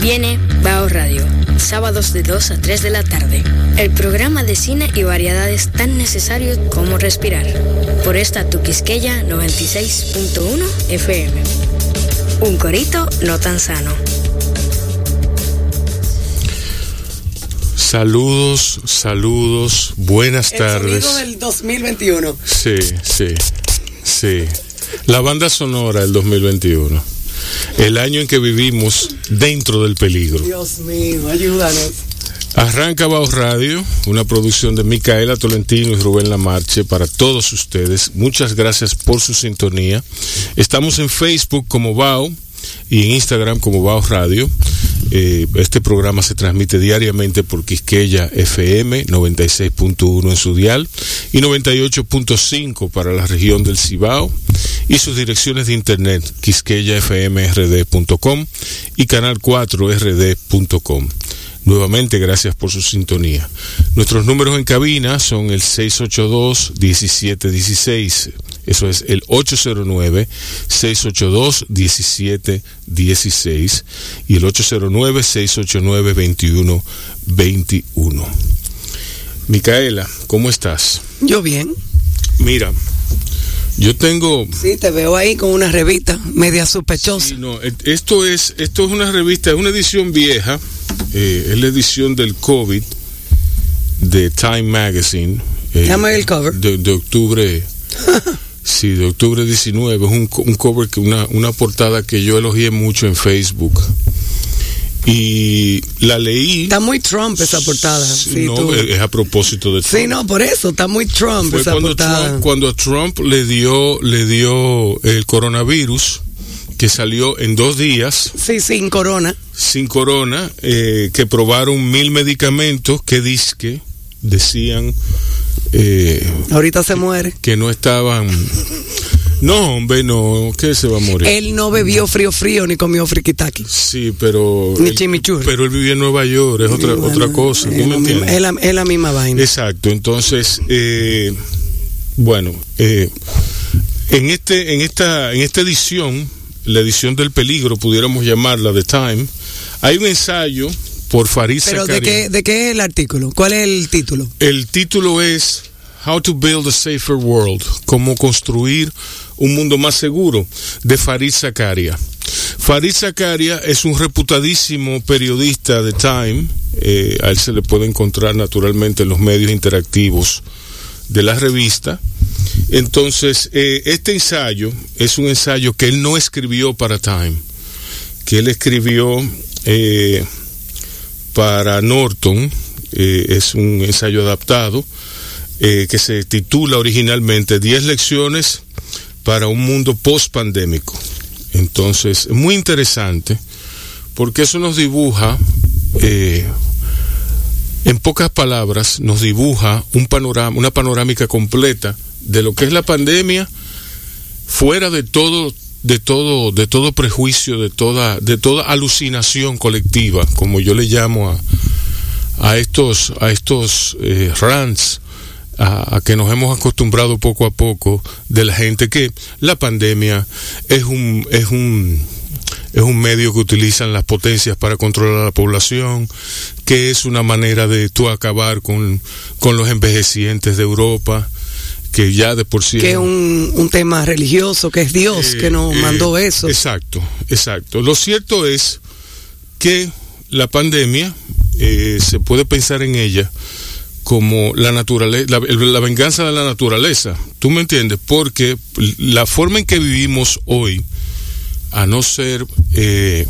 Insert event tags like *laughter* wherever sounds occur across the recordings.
Viene Bao Radio, sábados de 2 a 3 de la tarde. El programa de cine y variedades tan necesarios como respirar. Por esta tu Quisqueya 96.1 FM. Un corito no tan sano. Saludos, saludos, buenas El tardes. sonido del 2021. Sí, sí, sí. La banda sonora del 2021. El año en que vivimos dentro del peligro. Dios mío, ayúdanos. Arranca Baos Radio, una producción de Micaela Tolentino y Rubén Lamarche para todos ustedes. Muchas gracias por su sintonía. Estamos en Facebook como Bao y en Instagram como Bao Radio. Eh, este programa se transmite diariamente por Quisqueya FM 96.1 en su dial y 98.5 para la región del Cibao y sus direcciones de internet quisqueyafmrd.com y canal 4rd.com. Nuevamente, gracias por su sintonía. Nuestros números en cabina son el 682-1716. Eso es el 809-682-1716 y el 809-689-2121. Micaela, ¿cómo estás? Yo bien. Mira, yo tengo... Sí, te veo ahí con una revista media sospechosa. Sí, no, et- esto es, esto es una revista, es una edición vieja, eh, es la edición del COVID de Time Magazine. eh, Dame el cover. De, de *laughs* octubre, sí, de octubre 19, es un, co- un cover, que una, una portada que yo elogié mucho en Facebook. Y la leí. Está muy Trump esa portada. Sí, Sí, no, tú- es es a propósito de Sí, no, por eso, está muy Trump fue esa cuando portada. Trump, cuando Trump le dio le dio el coronavirus que salió en dos días Sí, sin corona. sin corona, eh, que probaron mil medicamentos que disque decían eh, Ahorita se muere. que no estaban. No, hombre, no, que se va a morir. Él no bebió frío frío ni comió friquitaki. sí, pero. Ni él- chimichurri. Pero él vivía en Nueva York, es otra, Y bueno, otra cosa. ¿tú es me la misma- entiendes? Es la, es la misma vaina. Exacto, entonces, eh, bueno, eh, en, este, en, esta, en esta edición, la edición del peligro, pudiéramos llamarla The Time, hay un ensayo por Farid Pero ¿de Zakaria. qué, ¿de qué es el artículo? ¿Cuál es el título? El título es How to Build a Safer World, cómo construir un mundo más seguro, de Farid Zakaria. Farid Zakaria es un reputadísimo periodista de Time, eh, a él se le puede encontrar naturalmente en los medios interactivos de la revista. Entonces, eh, este ensayo es un ensayo que él no escribió para Time, que él escribió eh, para Norton, eh, es un ensayo adaptado eh, que se titula originalmente 10 lecciones para un mundo post-pandémico. Entonces, muy interesante, porque eso nos dibuja, eh, en pocas palabras, nos dibuja un panorama, una panorámica completa de lo que es la pandemia, fuera de todo, de todo, de todo prejuicio, de toda, de toda alucinación colectiva, como yo le llamo a, a estos, a estos eh, rants a, a que nos hemos acostumbrado poco a poco de la gente que la pandemia es un es un es un medio que utilizan las potencias para controlar a la población, que es una manera de tú acabar con, con los envejecientes de Europa, que ya de por sí Que es un, un tema religioso, que es Dios eh, que nos eh, mandó eso. Exacto, exacto. Lo cierto es que la pandemia eh, se puede pensar en ella como la naturaleza, la, el- la venganza de la naturaleza. ¿Tú me entiendes? Porque la forma en que vivimos hoy, a no ser eh,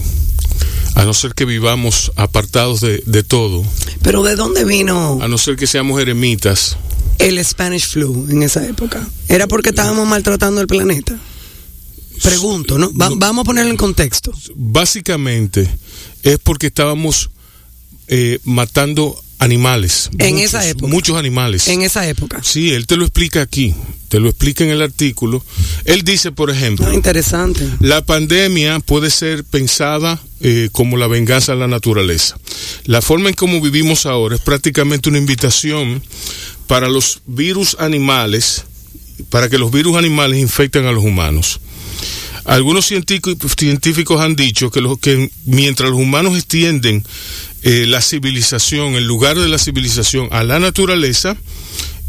a no ser que vivamos apartados de, de todo, Pero ¿de dónde vino a no ser que seamos eremitas, el Spanish flu en esa época? ¿Era porque estábamos maltratando el planeta? Pregunto, ¿no? Va- Vamos a ponerlo en contexto. básicamente es porque estábamos eh, matando animales. En esa época. Muchos animales. En esa época. Sí, él te lo explica aquí, te lo explica en el artículo. Él dice, por ejemplo, Ah, interesante. la pandemia puede ser pensada eh, como la venganza de la naturaleza. La forma en cómo vivimos ahora es prácticamente una invitación para los virus animales, para que los virus animales infecten a los humanos. Algunos científicos han dicho que, los que mientras los humanos extienden eh, la civilización, el lugar de la civilización a la naturaleza,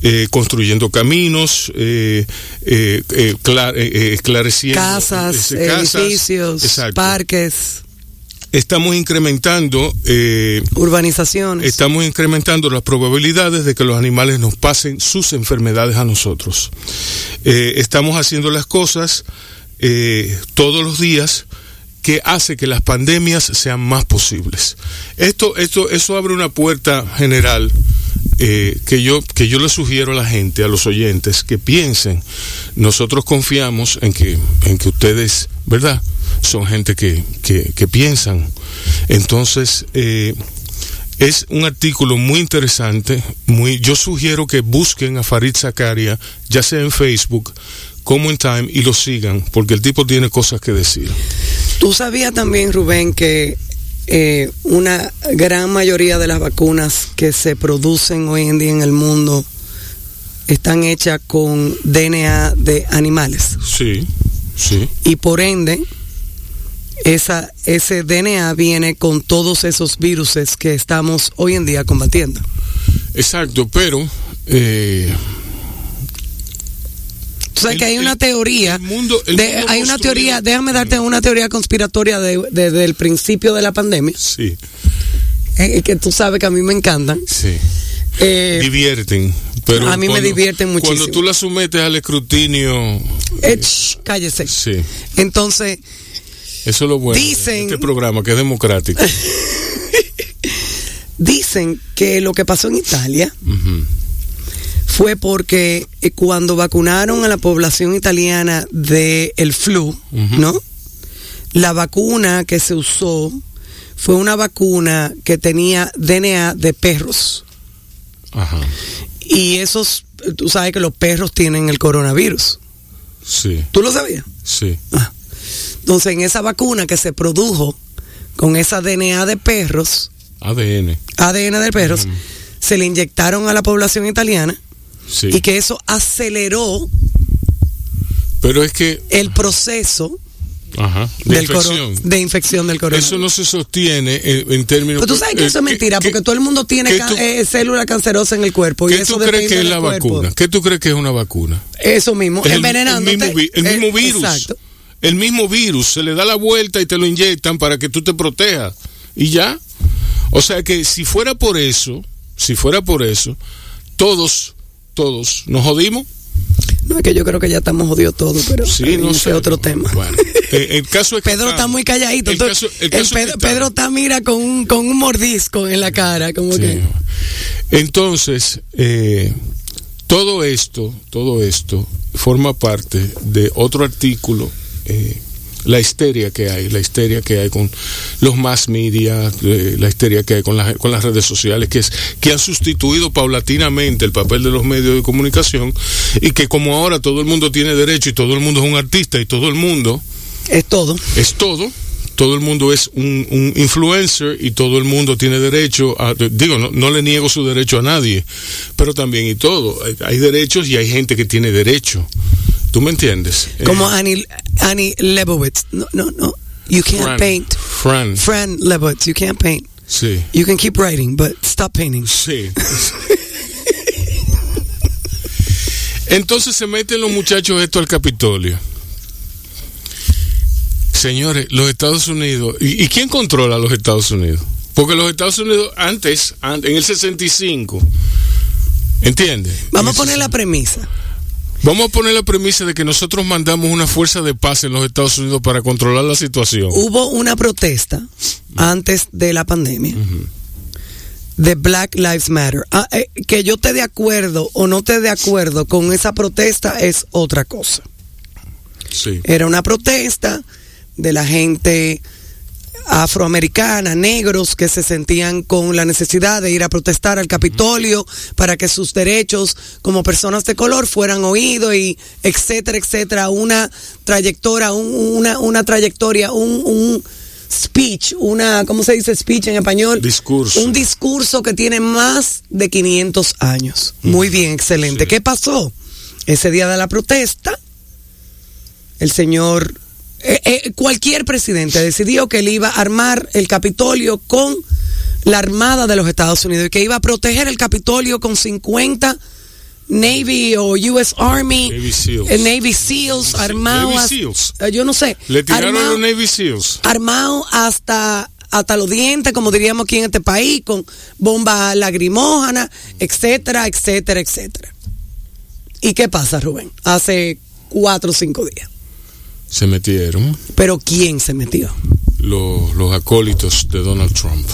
eh, construyendo caminos, eh, esclareciendo eh, casas, este, casas edificios, exacto. parques estamos incrementando eh, urbanizaciones. Estamos incrementando las probabilidades de que los animales nos pasen sus enfermedades a nosotros. Eh, estamos haciendo las cosas eh, todos los días que hace que las pandemias sean más posibles. Esto, esto, eso abre una puerta general. eh, que yo que yo le sugiero a la gente, a los oyentes, que piensen. Nosotros confiamos en que en que ustedes, ¿verdad? son gente que, que, que piensan. Entonces, eh, es un artículo muy interesante. Muy, yo sugiero que busquen a Farid Zakaria, ya sea en Facebook como en Time, y lo sigan, porque el tipo tiene cosas que decir. Tú sabías también, Rubén, que eh, una gran mayoría de las vacunas que se producen hoy en día en el mundo están hechas con DNA de animales. Sí, sí. Y por ende, esa, ese DNA viene con todos esos virus que estamos hoy en día combatiendo. Exacto, pero... Eh, o sea el, que hay una el, teoría, el mundo, de, mundo hay una teoría, déjame darte una teoría conspiratoria de, de, desde el principio de la pandemia. Sí. Eh, que tú sabes que a mí me encantan. Sí. Eh, Divierten. Pero a mí cuando, me divierten muchísimo. Cuando tú la sometes al escrutinio... Ech, eh, cállese. Sí. Entonces... Eso es lo bueno. Dicen, este programa que es *laughs* democrático. dicen que lo que pasó en Italia uh -huh. fue porque eh, cuando vacunaron a la población italiana del el flu, uh -huh. ¿no? La vacuna que se usó fue una vacuna que tenía DNA de perros. Ajá. Y esos, tú sabes que los perros tienen el coronavirus. Sí. ¿Tú lo sabías? Sí. Ah. Entonces, en esa vacuna que se produjo con esa DNA de perros, ADN, ADN de perros, mm. se le inyectaron a la población italiana sí. y que eso aceleró Pero es que el proceso Ajá. De, del infección. de, infección. del coronavirus. Eso no se sostiene en, en términos. Pero tú sabes que eh, eso es mentira, porque todo el mundo tiene can, tú, eh, células cancerosas en el cuerpo. ¿Qué y eso tú crees que es la cuerpo. vacuna? ¿Qué tú crees que es una vacuna? Eso mismo, el, Pues envenenándote. Eh, El mismo, el mismo virus. Exacto el mismo virus, se le da la vuelta y te lo inyectan para que tú te protejas. Y ya. O sea que si fuera por eso, si fuera por eso, todos, todos nos jodimos. No es que yo creo que ya estamos jodidos todos, pero sí, no sé, otro no. tema. Bueno, eh, el, el caso es que *laughs* Pedro está muy calladito. eh, El caso, el caso Pedro, está. Pedro, está mira con un, con un mordisco en la cara, como sí. que. Entonces, eh, todo esto, todo esto forma parte de otro artículo, eh, la histeria que hay, la histeria que hay con los mass media, eh, la histeria que hay con, la, con las redes sociales, que, es, que han sustituido paulatinamente el papel de los medios de comunicación y que como ahora todo el mundo tiene derecho y todo el mundo es un artista y todo el mundo... Es todo. Es todo todo el mundo es un, un, influencer y todo el mundo tiene derecho a, digo, no, no, le niego su derecho a nadie, pero también y todo, hay, hay derechos y hay gente que tiene derecho. ¿Tú me entiendes? Como eh, Annie, Annie Lebowitz. No, no, no. You can't Fran, paint. Fran. Fran Lebowitz, you can't paint. Sí. You can keep writing, but stop painting. Sí. Entonces se meten los muchachos esto al Capitolio. Señores, los Estados Unidos. ¿y, ¿Y, quién controla los Estados Unidos? Porque los Estados Unidos antes, antes en el 65, ¿entiendes? Vamos a poner la premisa. Vamos a poner la premisa de que nosotros mandamos una fuerza de paz en los Estados Unidos para controlar la situación. Hubo una protesta antes de la pandemia uh -huh. de Black Lives Matter. Ah, eh, que yo esté de acuerdo o no esté de acuerdo con esa protesta es otra cosa. Sí. Era una protesta de la gente afroamericana, negros que se sentían con la necesidad de ir a protestar al Capitolio para que sus derechos como personas de color fueran oídos y etcétera, etcétera, una trayectoria, un, una, una trayectoria, un, un, speech, una, ¿cómo se dice speech en español? Discurso. Un discurso que tiene más de 500 años. Mm. Muy bien, excelente. Sí. ¿Qué pasó? Ese día de la protesta, el señor eh, eh, cualquier presidente decidió que él iba a armar el Capitolio con la Armada de los Estados Unidos y que iba a proteger el Capitolio con 50 Navy o US Army, Navy Seals. eh, Navy Seals armados, Navy Seals. eh, yo no sé, Le tiraron armado- a los Navy Seals. armado hasta hasta los dientes, como diríamos aquí en este país, con bomba lagrimógena, etcétera, etcétera, etcétera. ¿Y qué pasa, Rubén? Hace cuatro o cinco días. Se metieron Pero ¿quién se metió? los, los acólitos de Donald Trump.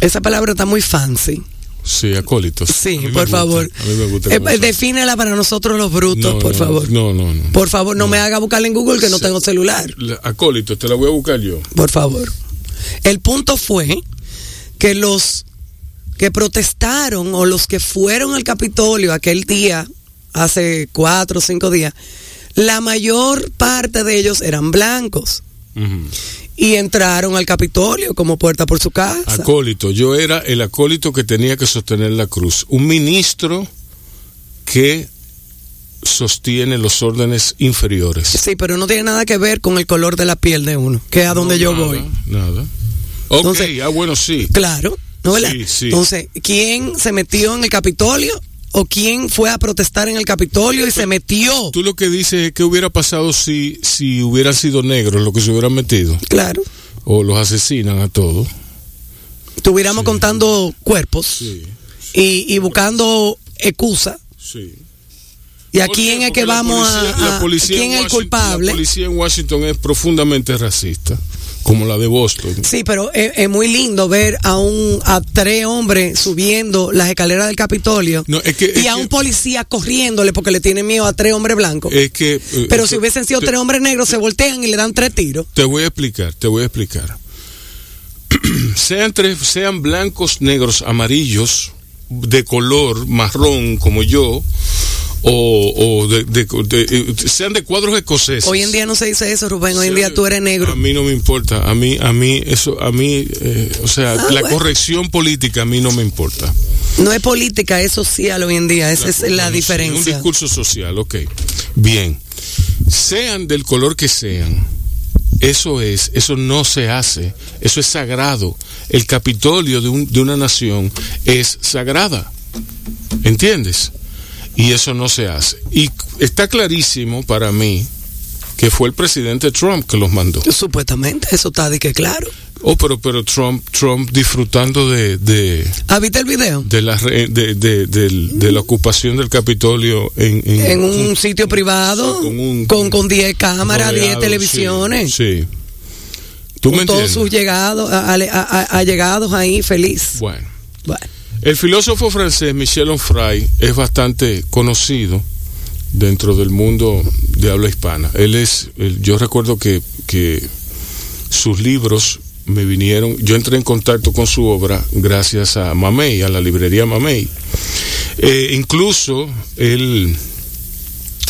Esa palabra está muy fancy. Sí, acólitos. Sí, A mí me por gusta, favor. A mí me gusta. Eh, cómo suena. defínela para nosotros los brutos, No, por no, favor. No, no, no. Por favor, no, me haga buscarla en Google que no Sí. tengo celular. La- Acólitos, te la voy a buscar yo. Por favor. El punto fue que los que protestaron o los que fueron al Capitolio aquel día, hace cuatro o cinco días, la mayor parte de ellos eran blancos Ujú. y entraron al Capitolio como puerta por su Ah, casa. Acólito, yo era el acólito que tenía que sostener la cruz. Un ministro que sostiene los órdenes inferiores. Sí, pero no tiene nada que ver con el color de la piel de uno, que es a donde No, yo nada, voy. Nada. Ok, Entonces- ah, bueno, sí. Claro, ¿no verdad? Sí, sí. Entonces, ¿quién se metió en el Capitolio? ¿O quién fue a protestar en el Capitolio y se metió? Tú lo que dices es que hubiera pasado si, si hubieran sido negros los que se hubieran metido, Claro. o los asesinan a todos. Estuviéramos contando cuerpos y, y buscando excusa. sí. ¿Y a ¿Por quién qué? es que Porque la vamos policía- a, la a- policía en ¿Quién es el Washington- La culpable? policía en Washington es profundamente racista, como la de Boston. Sí, pero es, es muy lindo ver a un a tres hombres subiendo las escaleras del Capitolio No, es que- y es que- a un policía corriéndole porque le tiene miedo a tres hombres blancos. Es que, eh, pero es si que- hubiesen sido te- tres hombres negros, se voltean y le dan tres tiros. Te voy a explicar, te voy a explicar. *clears throat* sean tres, sean blancos, negros, amarillos, de color marrón como yo, o, o de, de- de- eh, sean de cuadros escoceses. Hoy en día no se dice eso, Rubén. Hoy en día tú eres negro. A mí no me importa, a mí, a mí, eso, a mí, eh, o sea, Ah, la bueno. corrección política a mí no me importa. No es política, es social hoy en día. Esa es la Bueno, sí, Un diferencia. discurso social, ok. Bien. Sean del color que sean. Eso es, eso no se hace, eso es sagrado. El Capitolio de, un- de una nación es sagrada. ¿Entiendes? Y eso no se hace. Y está clarísimo para mí que fue el presidente Trump que los mandó. Supuestamente, eso está de que claro. Oh, pero, pero Trump, Trump disfrutando de, de, ¿Ah, viste el video? de la, re- de, de- del- de la ocupación del Capitolio en, en- En un sitio privado, sí, con un- con con 10 cámaras, rodeado, 10 televisiones, Sí. sí. ¿Tú me con todos entiendes? sus llegados, a- a- a- allegados ahí, feliz. Bueno. Bueno, El filósofo francés Michel Onfray es bastante conocido dentro del mundo de habla hispana. Él es, él- yo recuerdo que, que sus libros me vinieron, yo entré en contacto con su obra gracias a Mamey, a la librería Mamey. Eh, incluso él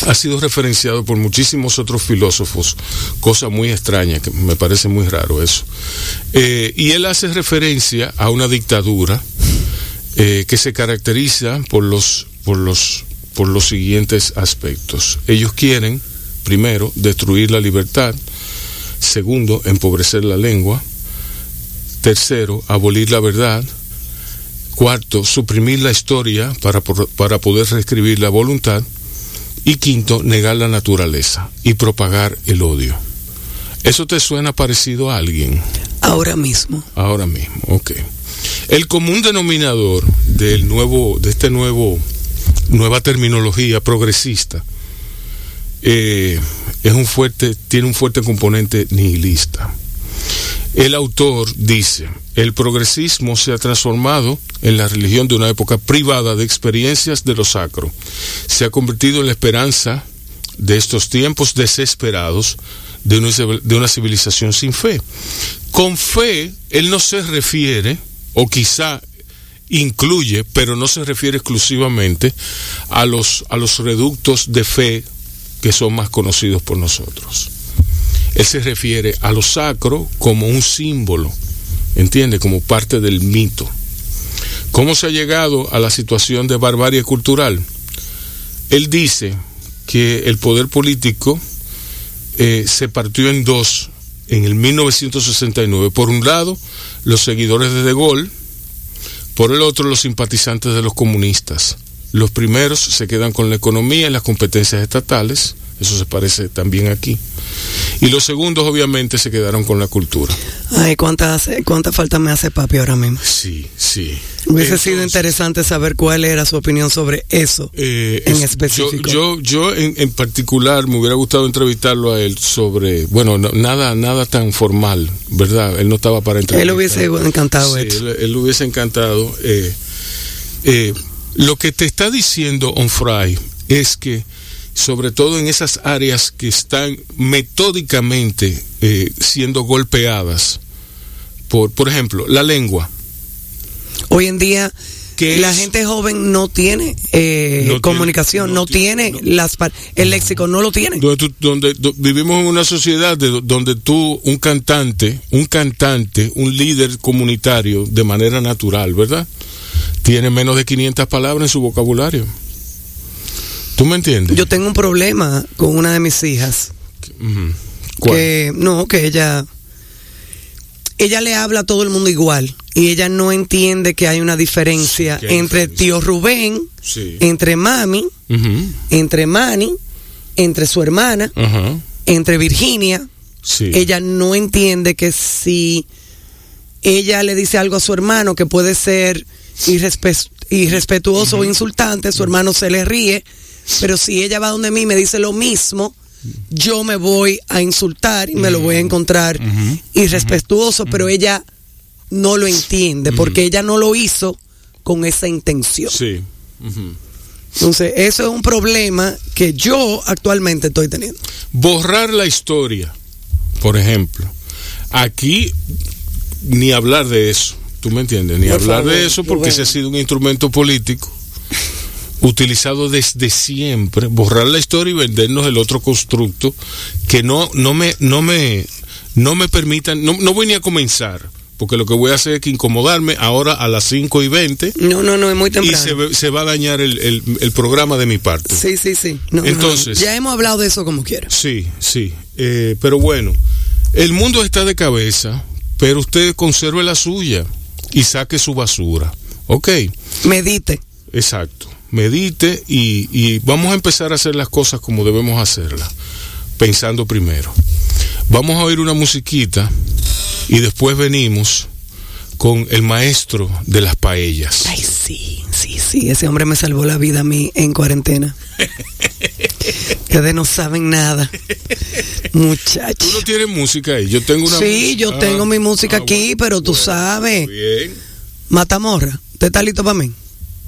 ha sido referenciado por muchísimos otros filósofos, cosa muy extraña, que me parece muy raro eso. Eh, y él hace referencia a una dictadura eh, que se caracteriza por los, por, los, por los siguientes aspectos. Ellos quieren, primero, destruir la libertad, segundo, empobrecer la lengua, tercero, abolir la verdad, cuarto, suprimir la historia para, por- para poder reescribir la voluntad, y quinto, negar la naturaleza y propagar el odio. ¿Eso te suena parecido a alguien? ahora mismo. Ahora mismo, ok. El común denominador del nuevo, de este nuevo, nueva terminología progresista, eh, es un fuerte, tiene un fuerte componente nihilista. El autor dice, el progresismo se ha transformado en la religión de una época privada de experiencias de lo sacro. Se ha convertido en la esperanza de estos tiempos desesperados de una civil- de una civilización sin fe. Con fe, él no se refiere, o quizá incluye, pero no se refiere exclusivamente a los, a los reductos de fe que son más conocidos por nosotros. Él se refiere a lo sacro como un símbolo, ¿entiende? Como parte del mito. ¿Cómo se ha llegado a la situación de barbarie cultural? Él dice que el poder político eh, se partió en dos en el 1969. Por un lado, los seguidores de De Gaulle, por el otro, los simpatizantes de los comunistas. Los primeros se quedan con la economía y las competencias estatales, eso se parece también aquí. Y los segundos, obviamente, se quedaron con la cultura. Ay, ¿cuánta, cuánta falta me hace papi ahora mismo? Sí, sí. Hubiese Entonces, sido interesante saber cuál era su opinión sobre eso eh, en es, específico. Yo, yo, yo en, en, particular me hubiera gustado entrevistarlo a él sobre, bueno, no, nada, nada tan formal, ¿verdad? Él no estaba para entrevistar. Él hubiese encantado sí, esto. Él, él, hubiese encantado. Eh, eh, lo que te está diciendo Onfray es que sobre todo en esas áreas que están metódicamente eh, siendo golpeadas. Por, por ejemplo, la lengua. Hoy en día que la es? gente joven no tiene eh, no comunicación, tiene, no, no, tiene, tiene no. las el léxico, no lo tiene. Donde, tú, donde, donde vivimos en una sociedad de, donde tú, un cantante, un cantante, un líder comunitario de manera natural, ¿verdad? Tiene menos de 500 palabras en su vocabulario. ¿Tú me entiendes? Yo tengo un problema con una de mis hijas. ¿Cuál? Que no, que ella ella le habla a todo el mundo igual y ella no entiende que hay una diferencia sí, hay entre diferencia. tío Rubén, sí. entre mami, uh -huh. entre Manny, entre su hermana, uh -huh. entre Virginia. Sí. Ella no entiende que si ella le dice algo a su hermano que puede ser irrespetuoso, irrespetuoso uh -huh. o insultante, su hermano se le ríe pero si ella va donde mí y me dice lo mismo, yo me voy a insultar y me lo voy a encontrar uh -huh. irrespetuoso, uh -huh. pero ella no lo entiende porque uh -huh. ella no lo hizo con esa intención. Sí. Entonces, eso es un problema que yo actualmente estoy teniendo. Borrar la historia, por ejemplo. Aquí ni hablar de eso, tú me entiendes, ni por hablar favor, de eso porque ese ha sido un instrumento político utilizado desde siempre, borrar la historia y vendernos el otro constructo que no, no me, no me, no me permitan, no, no voy ni a comenzar. Porque lo que voy a hacer es que incomodarme ahora a las 5 y 20. No, no, no, es muy temprano. Y se, se va a dañar el, el, el, programa de mi parte. Sí, sí, sí. No, Entonces. No, ya hemos hablado de eso como quiera. Sí, sí. Eh, pero bueno, el mundo está de cabeza, pero usted conserve la suya y saque su basura. ¿Ok? Medite. Exacto medite y, y, vamos a empezar a hacer las cosas como debemos hacerlas, pensando primero. Vamos a oír una musiquita y después venimos con el maestro de las paellas. Ay, sí, sí, sí, ese hombre me salvó la vida a mí en *laughs* cuarentena. Ustedes no saben nada, muchachos. Tú no tienes música ahí, yo tengo una. Sí, yo ah, tengo mi música ah, aquí, bueno, pero tú bueno, sabes. Bien. Matamorra, ¿te está listo para mí?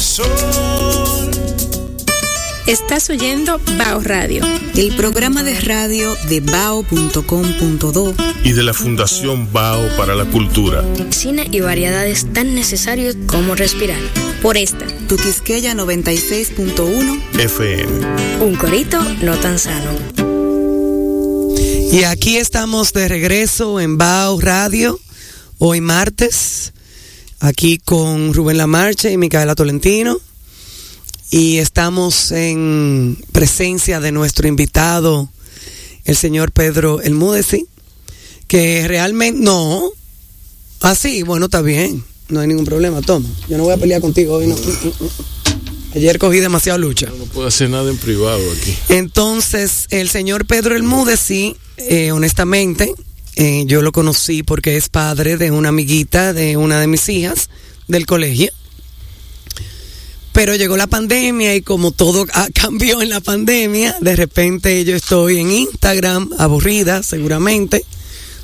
Sol. Estás oyendo Bao Radio, el programa de radio de bao.com.do y de la Fundación Bao para la Cultura. Cine y variedades tan necesarios como respirar. Por esta, Tuquisqueya 96.1 FM. Un corito no tan sano. Y aquí estamos de regreso en Bao Radio, hoy martes aquí con Rubén Lamarche y Micaela Tolentino. Y estamos en presencia de nuestro invitado, el señor Pedro Elmudeci, que realmente no. Ah, sí, bueno, está bien. No hay ningún problema, toma. Yo no voy a pelear contigo hoy. No. Ayer cogí demasiada lucha. No, no puedo hacer nada en privado aquí. Entonces, el señor Pedro Elmudeci, eh, honestamente, eh, yo lo conocí porque es padre de una amiguita de una de mis hijas del colegio. Pero llegó la pandemia y como todo *laughs* cambió en la pandemia, de repente yo estoy en Instagram, aburrida seguramente,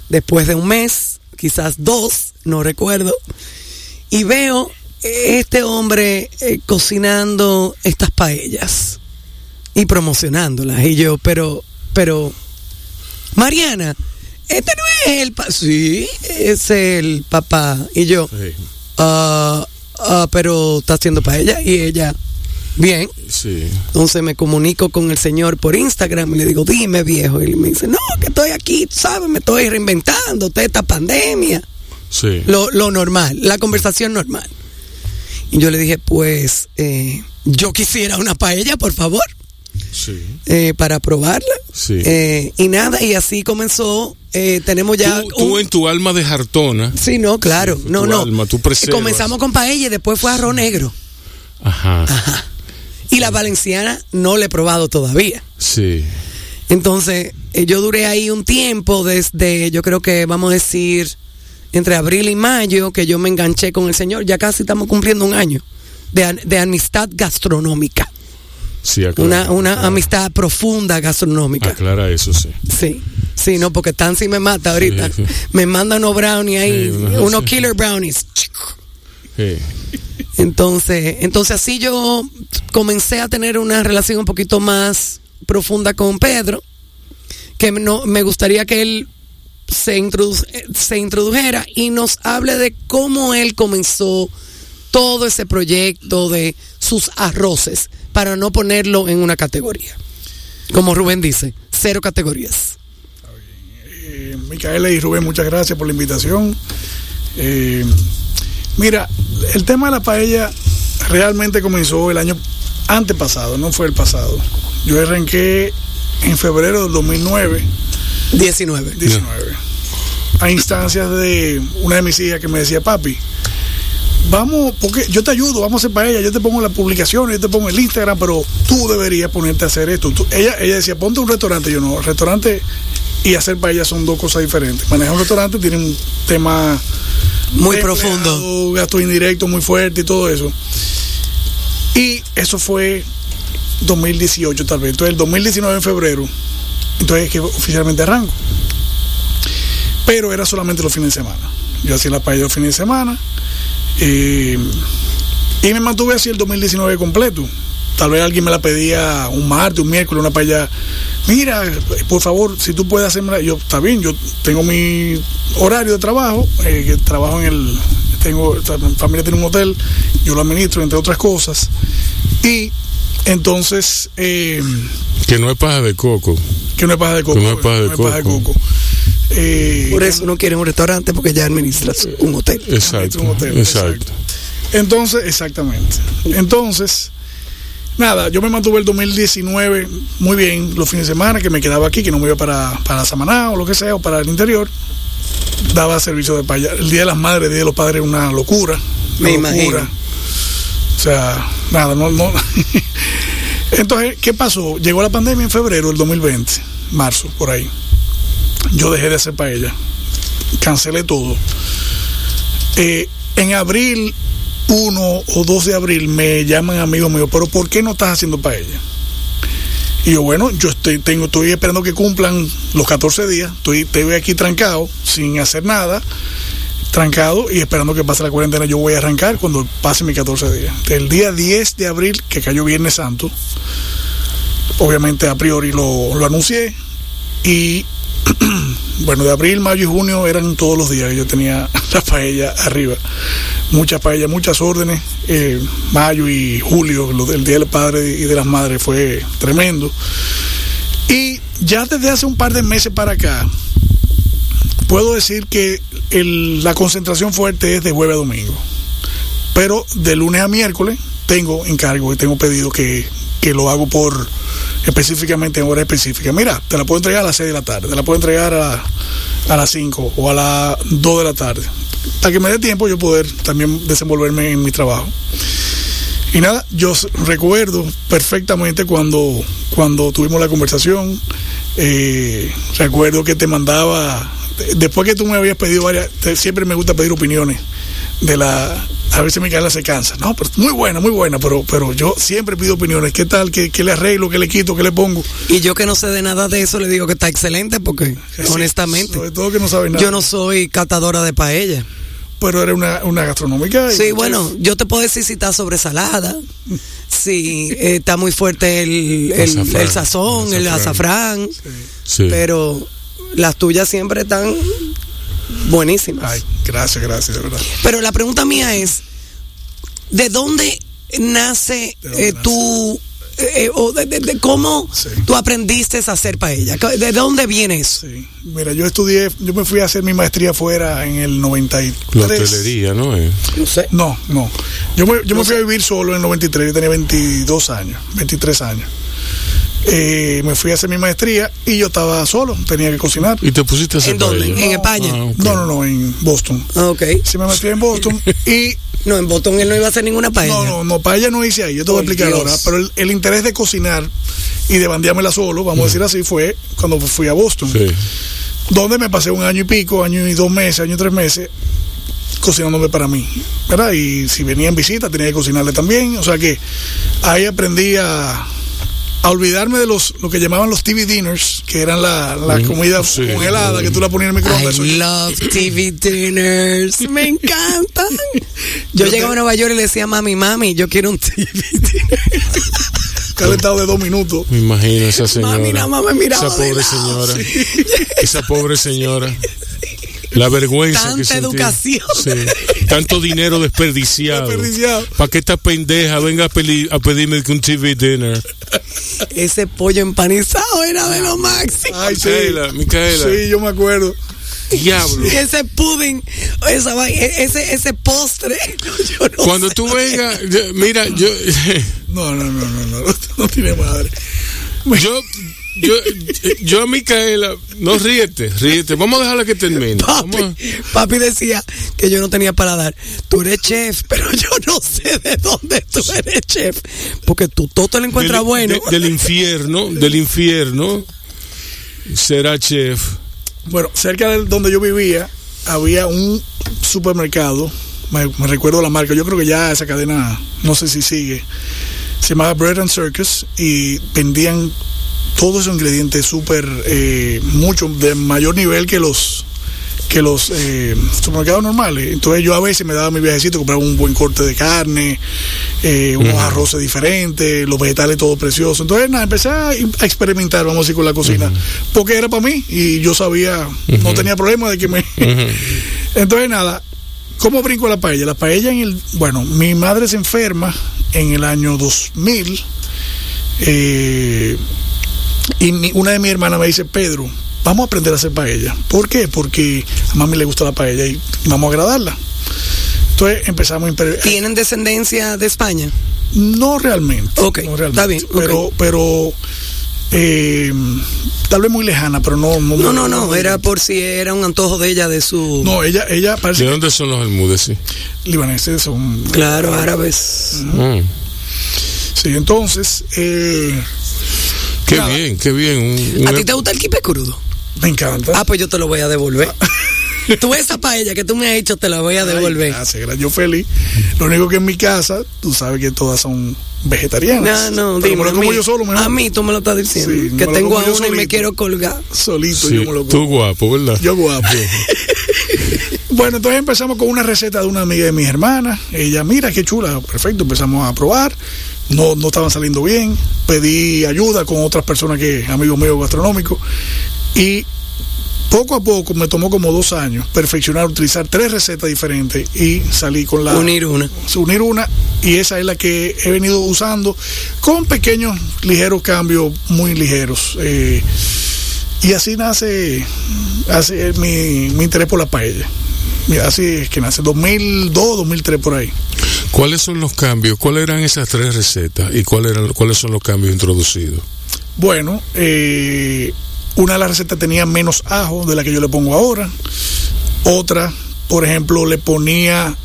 después de un mes, quizás dos, no recuerdo, y veo este hombre eh, cocinando estas paellas y promocionándolas. Y yo, pero, pero, Mariana, este no es el papá. Sí, es el papá. Y yo, Sí, ah, ah, pero está haciendo para ella y ella, bien. sí. Entonces me comunico con el señor por Instagram y le digo, dime viejo. Y él me dice, no, que estoy aquí, tú sabes, me estoy reinventando, toda esta pandemia. sí. Lo, lo normal, la conversación normal. Y yo le dije, pues, eh, yo quisiera una paella, por favor, sí. eh, para probarla. Sí. Eh, y nada, y así comenzó. eh, tenemos ya. tú, tú un- en tu alma de jartona. Sí, no, claro. tu No, no. alma, tú preservas. Comenzamos con paella y después fue arroz negro. Ajá. Ah. Y la valenciana no la he probado todavía. Sí. Entonces, eh, yo duré ahí un tiempo desde, yo creo que vamos a decir, entre abril y mayo, que yo me enganché con el señor. Ya casi estamos cumpliendo un año de, an- de amistad gastronómica. Sí, aclara. Una, una aclara. amistad profunda gastronómica. Aclara eso, sí. Sí. Sí, no, porque Tansi me mata ahorita. Sí, sí. Me manda unos brownies ahí, Sí, una- unos sí. killer brownies. Sí. Entonces, entonces así yo comencé a tener una relación un poquito más profunda con Pedro, que no, me gustaría que él se, introdu- eh, se introdujera y nos hable de cómo él comenzó todo ese proyecto de sus arroces, para no ponerlo en una categoría. Como Rubén dice, cero categorías. Eh, Micaela y Rubén, muchas gracias por la invitación. Eh, mira, el tema de la paella realmente comenzó el año antepasado, no fue el pasado. Yo arranqué en febrero del 2009, 19. 19, a instancias de una de mis hijas que me decía, papi, vamos, porque yo te ayudo, vamos a hacer paella, yo te pongo las publicaciones, yo te pongo el Instagram, pero tú deberías ponerte a hacer esto. Tú- ella, ella decía, ponte un restaurante, yo no, restaurante y hacer paella son dos cosas diferentes. Manejar un restaurante tiene un tema Muy de profundo. empleado, Gasto indirecto muy fuerte y todo eso. Y eso fue 2018 tal vez. Entonces el 2019 en febrero, entonces es que oficialmente arranco. Pero era solamente los fines de semana. Yo hacía la paella los fines de semana. eh, y me mantuve así el 2019 completo. Tal vez alguien me la pedía un martes, un miércoles, una paella. Mira, por favor, si tú puedes hacerme Yo, está bien, yo tengo mi horario de trabajo, eh, que trabajo en el. Tengo, o sea, mi familia tiene un hotel, yo lo administro, entre otras cosas. Y entonces. eh, Que no es paja de coco. que no es paja de coco. Que no es paja de no es paja de coco. coco. Eh, Por eso no quieren un restaurante porque ya administras un hotel. Exacto. Es un hotel, exacto. Entonces, exactamente. Entonces, nada, yo me mantuve el 2019 muy bien los fines de semana, que me quedaba aquí, que no me iba para, para Samaná o lo que sea, o para el interior. Daba servicio de paya. El Día de las Madres, el Día de los Padres, una locura. Una Me locura. imagino. O sea, nada, no, no. *laughs* Entonces, ¿qué pasó? Llegó la pandemia en febrero del 2020, marzo, por ahí. Yo dejé de hacer paella. Cancelé todo. Eh, en abril, 1 o 2 de abril, me llaman amigos míos, pero ¿por qué no estás haciendo paella? Y yo, bueno, yo estoy, tengo, estoy esperando que cumplan los 14 días. Estoy, te veo aquí trancado, sin hacer nada, trancado y esperando que pase la cuarentena. Yo voy a arrancar cuando pase mis 14 días. El día 10 de abril, que cayó Viernes Santo, obviamente a priori lo, lo anuncié. Y bueno, de abril, mayo y junio eran todos los días que yo tenía *laughs* la paella arriba. Muchas paellas, muchas órdenes. Eh, mayo y julio, lo del Día del Padre y de las Madres fue tremendo. Y ya desde hace un par de meses para acá, puedo decir que el- la concentración fuerte es de jueves a domingo. Pero de lunes a miércoles tengo encargo y tengo pedido que, que lo hago por específicamente en hora específica. Mira, te la puedo entregar a las 6 de la tarde, te la puedo entregar a, a las 5 o a las 2 de la tarde. Para que me dé tiempo yo poder también desenvolverme en mi trabajo. Y nada, yo s- recuerdo perfectamente cuando, cuando tuvimos la conversación. eh, recuerdo que te mandaba, de- después que tú me habías pedido varias, te- siempre me gusta pedir opiniones de la. A veces Micaela se cansa. No, pero muy buena, muy buena, pero, pero yo siempre pido opiniones. ¿Qué tal? ¿Qué, qué le arreglo? ¿Qué le quito? ¿Qué le pongo? Y yo que no sé de nada de eso le digo que está excelente porque, honestamente, Sobre todo que no sabes nada. yo no soy catadora de paella. Pero era una, una gastronómica. y- Sí, bueno, yo te puedo decir si está sobresalada, si eh, está muy fuerte el, el- Azafrán. el sazón, el azafrán, Sí. pero las tuyas siempre están buenísimas. Ay, gracias, gracias, de verdad. Pero la pregunta mía es, ¿de dónde nace ¿De dónde eh, nace? tu... eh, o de, de- de cómo Sí. tú aprendiste a hacer paella? ¿De dónde viene eso? Sí. Mira, yo estudié, yo me fui a hacer mi maestría fuera en el 93. La hotelería, ¿no? Eh, No sé. No, no. Yo me, yo me fui a vivir solo en el 93, yo tenía 22 años, 23 años. Eh, me fui a hacer mi maestría y yo estaba solo, tenía que cocinar. ¿Y te pusiste a hacer ¿En dónde? paella? ¿En España? Ah, ok. No, no, no, en Boston. Ah, Ok. Sí me metí *laughs* en Boston y No, en Botón él no iba a hacer ninguna paella. No, no, no, paella no hice ahí, yo te voy a Por explicar Dios. ahora. Pero el, el interés de cocinar y de bandeármela solo, vamos a decir así, fue cuando fui a Boston, Sí. donde me pasé un año y pico, año y dos meses, año y tres meses, cocinándome para mí, ¿verdad? Y si venían visitas tenía que cocinarle también, o sea que ahí aprendí a, a olvidarme de los lo que llamaban los TV dinners, que eran la, la Mm, comida sí. congelada que tú la ponías en el microondas. eso- I love TV dinners. Me encantan. Yo Yo llegaba te- a Nueva York y le decía, mami, mami, yo quiero un TV dinner. calentado de dos minutos. Me imagino esa señora. Mami, nada más me miraba esa de pobre lado, señora. *laughs* Esa pobre señora. La vergüenza Tanta que sentía. educación. Sí. Tanto dinero desperdiciado. Desperdiciado. Para que esta pendeja venga a, peli- a pedirme que un TV dinner. Ese pollo empanizado era de lo máximo. Ay, sí. Micaela, Micaela. Sí, yo me acuerdo. Diablo. Ese pudding, esa vai- e- ese, ese postre. *laughs* Yo no Cuando sé. tú vengas, yo- mira, yo, No, no, no, no, no, *laughs* no tiene madre. yo, yo, yo a Micaela, no ríete, ríete. Vamos a dejarla que termine. Vamos a- Papi, papi decía que yo no tenía para dar. Tú eres chef, *laughs* pero yo no sé de dónde tú eres chef. Porque tú todo te lo encuentras del, bueno. de- del infierno, del infierno, será chef. Bueno, cerca de donde yo vivía había un supermercado, me me recuerdo la marca, yo creo que ya esa cadena, no sé si sigue, se llamaba Bread and Circus y vendían todos esos ingredientes súper, eh, mucho, de mayor nivel que los que los eh, supermercados normales. eh. Entonces yo a veces me daba mi viajecito, compraba un buen corte de carne, eh, unos arroces diferentes, los vegetales todo precioso. Entonces nada, empecé a, in- a experimentar, vamos a decir, con la cocina, porque era para mí y yo sabía, no tenía problema de que me... Entonces nada, ¿cómo brinco la paella? La paella en el... Bueno, mi madre se enferma en el año 2000. Eh, y mi- una de mis hermanas me dice, Pedro, vamos a aprender a hacer paella. ¿Por qué? Porque a mami le gusta la paella y vamos a agradarla. Entonces empezamos a imper- ¿Tienen descendencia de España? No realmente. Ok, no realmente, está bien, ok. Pero, pero eh, tal vez muy lejana, pero no. No, no, no, era por si era un antojo de ella, de su... No, ella, ella ¿De parece que dónde son los almudes? Sí. libaneses son. Claro, árabes. Mm. Sí, entonces eh, Qué Nada. bien, qué bien. un- ¿A una- ti te gusta el quipe crudo? me encanta. Ah, pues yo te lo voy a devolver. *laughs* tú esa paella que tú me has hecho, te la voy a Ah. Ay, devolver. gracias, gracias. Yo feliz. Lo único que en mi casa, tú sabes que todas son No, vegetarianas. no, dime. Pero me lo a como mí- yo solo, mejor. A mí tú me lo estás diciendo. Sí, me que lo tengo como a yo una y me solito. quiero colgar. Solito sí, yo me lo tú como. guapo, ¿verdad? Yo guapo. *laughs* bueno, entonces empezamos con una receta de una amiga de mis hermanas. Ella, mira qué chula, perfecto. Empezamos a probar. No, no estaban saliendo bien. Pedí ayuda con otras personas que, amigos míos gastronómicos. Y poco a poco me tomó como dos años perfeccionar, utilizar tres recetas diferentes y salí con la Unir una. unir una y esa es la que he venido usando con pequeños ligeros cambios muy ligeros eh, y así nace, hace mi, mi interés por la paella Y así es que nace 2002 2003 por ahí ¿Cuáles son los cambios? ¿Cuáles eran esas tres recetas? ¿Y cuál eran, cuáles son los cambios introducidos? bueno eh, una de las recetas tenía menos ajo de la que yo le pongo ahora otra por ejemplo le ponía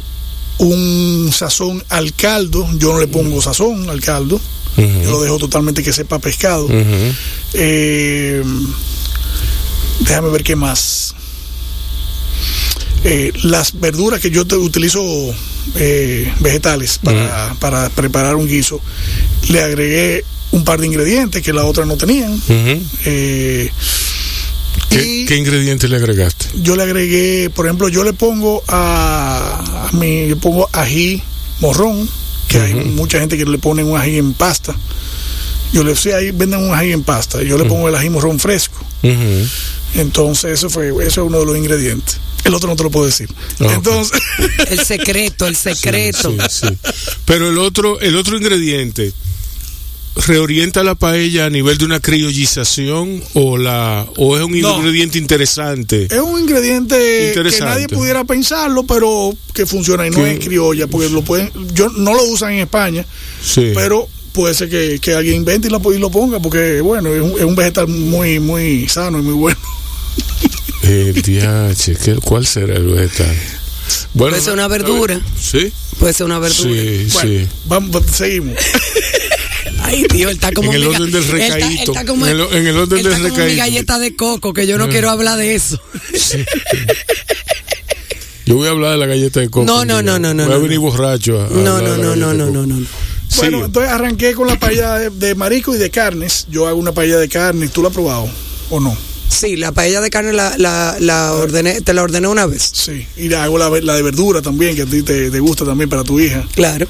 un sazón al caldo yo no le pongo sazón al caldo yo lo dejo totalmente que sepa pescado Ujú. Eh, déjame ver qué más. Eh, las verduras que yo te- utilizo eh, vegetales para, para preparar un guiso, le agregué un par de ingredientes que la otra no tenían. Ujú. Eh, ¿Qué, y qué ingredientes le agregaste? yo le agregué, por ejemplo, yo le pongo a, a mi, le pongo ají morrón, que hay mucha gente que le pone un ají en pasta. Yo le decía, ahí venden un ají en pasta, yo le pongo el ají morrón fresco. Ujú. Entonces, eso fue, eso es uno de los ingredientes. El otro no te lo puedo decir. Ah, ok. Entonces, *laughs* El secreto, el secreto. Sí, sí. Pero el otro, el otro ingrediente reorienta la paella a nivel de una criollización o la o es un No. ingrediente interesante. es un ingrediente que Interesante. nadie pudiera pensarlo, pero que funciona y no Que- es criolla, porque lo pueden, yo no lo usan en España, Sí. pero puede ser que, que alguien invente y lo, y lo ponga, porque bueno, es un, es un vegetal muy, muy sano y muy bueno. Eh, diache, ¿qué- ¿cuál será el vegetal? Bueno, Puede ser una a ver, verdura. Sí. Puede ser una verdura. Sí, sí. Bueno, vamos, pues, seguimos. Ay, tío, él está como En el mi ga- orden del él está- él recaíto. está como- En el- en el orden él del Eh. está como mi recaíto. galleta de coco, que yo no quiero hablar de eso. Yo voy a hablar de la galleta de coco. No, no, un día. no, no, no, Voy a no, venir no. borracho. a- a No, hablar de no, Ah, la galleta no, no, de no, coco. no, no. *laughs* Bueno, Sigue. entonces arranqué con la paella de, de marisco y de carnes. Yo hago una paella de carne. ¿Tú la has probado o no? Sí, la paella de carne la, la, la ordené, te la ordené una vez. Sí. Y la hago la, ve- la de verdura también, que a ti te, te gusta también para tu hija. Claro.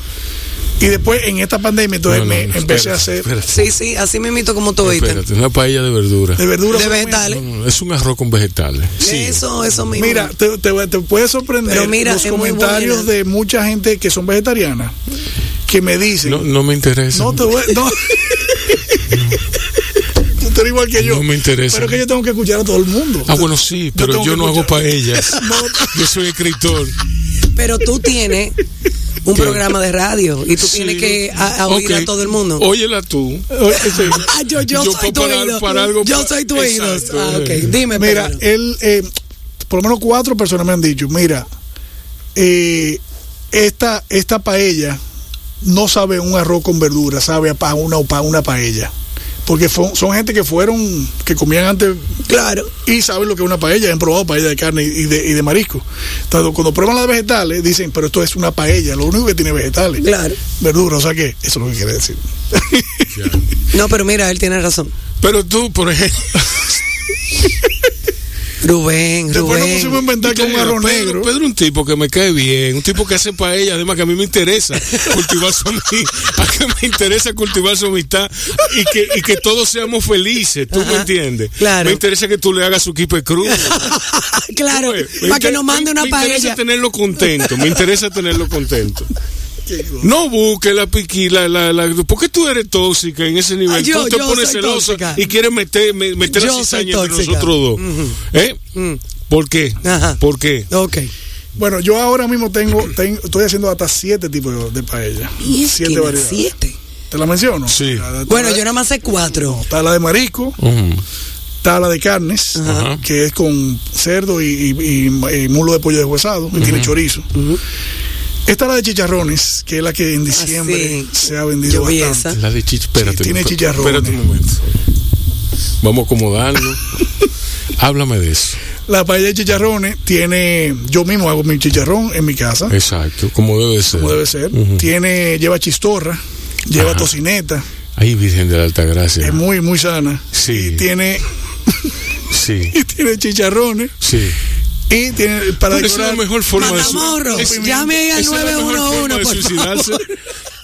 Y después en esta pandemia, entonces No, no, me no, empecé a espérate, hacer espérate, Sí, sí, así mismito como tú oíste. espérate, una paella de verdura. de verdura. De por lo vegetales. No, no, es un arroz con vegetales. Eso, eso menos. mismo. Mira, te, te- te puede sorprender Pero mira, los es muy comentarios buena. de mucha gente que son vegetarianas que me dicen. No, No, no me interesa. te voy. No. Tú eres igual que yo. No me interesa. Pero es que yo tengo que escuchar a todo el mundo. Ah, bueno, sí, pero yo, tengo que no hago escuchar- paellas. *laughs* Yo soy escritor. Pero tú tienes un ¿Qué? programa de radio y tú Sí. tienes que a, a oír Ok. a todo el mundo. Óyela tú. eh, *laughs* Ah, yo, yo, Yo soy tu puedo parar oído. para algo- yo soy tu oído. Exacto. Ah, ok. Dime, Mira, Pedro. él, eh, por lo menos cuatro personas me han dicho, mira, eh, esta, esta paella no sabe a un arroz con verdura, sabe a pa- una, pa- una paella. Porque fue- son gente que fueron, que comían antes Claro. y saben lo que es una paella, han probado paella de carne y de, y de marisco. Entonces, cuando prueban las de vegetales, dicen, pero esto es una paella, lo único que tiene vegetales. Claro. Verdura, o sea que, eso es lo que quiere decir. No, pero mira, él tiene razón. Pero tú, por ejemplo. Rubén, *laughs* Después nos Rubén. *laughs* pusimos a inventar con un Pedro, arroz Pedro, negro. Pedro es un tipo que me cae bien, un tipo que hace paella, además que a mí me interesa *laughs* cultivar su amistad, *laughs* a que me interesa cultivar su amistad y que, y que todos seamos felices, ¿tú me Ajá, entiendes? claro. Me interesa que tú le hagas su kipe cruz. *laughs* claro, Oye, me para que inter- nos mande una me, Me interesa paella. tenerlo contento, me interesa tenerlo *laughs* contento. No busques la piquila, la, la, ¿por qué tú eres tóxica en ese nivel? Ah, yo- tú te yo pones soy celosa tóxica. y quieres meter, me- meter la Yo soy cizaña entre tóxica. nosotros dos. ¿Eh? Mm. ¿Por qué? Ajá. ¿Por qué? Ok. Bueno, yo ahora mismo tengo, ten- estoy haciendo hasta siete tipos de, de paella. Y es siete que variedades. siete. ¿Te la menciono? Sí. Está Bueno, la- yo nada más sé cuatro. Está la de marisco, Ujú. está la de carnes, Ajá. que es con cerdo y, y- y- y mulo de pollo deshuesado, que tiene chorizo. Está la de chicharrones, que es la que en diciembre Ah, sí. se ha vendido Yo vi bastante. esa. La de chich, espérate. Sí, tiene eh. espérate, chicharrones. Espérate un momento. Vamos a acomodarnos. *laughs* Háblame de eso. La paella de chicharrones tiene, yo mismo hago mi chicharrón en mi casa, Exacto, como debe ser. como debe ser. Ujú. Tiene, lleva chistorra, lleva Ajá. tocineta, Ay, Virgen de la Altagracia. es muy, muy sana. Sí. Y tiene, *laughs* Sí, y tiene chicharrones. sí. Y tiene para Esa es la decorar. mejor forma Matamorro, de suicidarse. llame ahí al de 911, por suicidarse.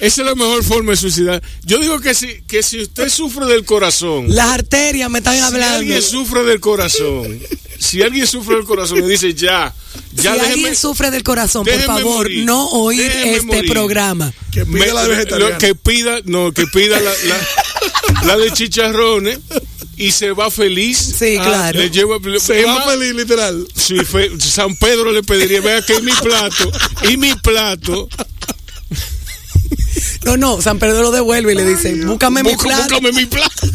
Esa es la mejor forma de suicidar. Yo digo que si, que si usted sufre del corazón, Las arterias me están si hablando. alguien sufre del corazón, si alguien sufre del corazón y dice ya, ya si déjeme, alguien sufre del corazón, por déjeme favor, morir, no oír déjeme este morir. programa. Que pida Me- la lo vegetariana. que pida, no, que pida la, la- la de chicharrones y se va feliz. Ah, Sí, claro. le lleva, le- Se es va más, feliz, literal. si fue- San Pedro le pediría, vea que es mi plato, y mi plato, No, no, San Pedro lo devuelve y le dice, búscame mi busca- plato. búscame mi *laughs* plato.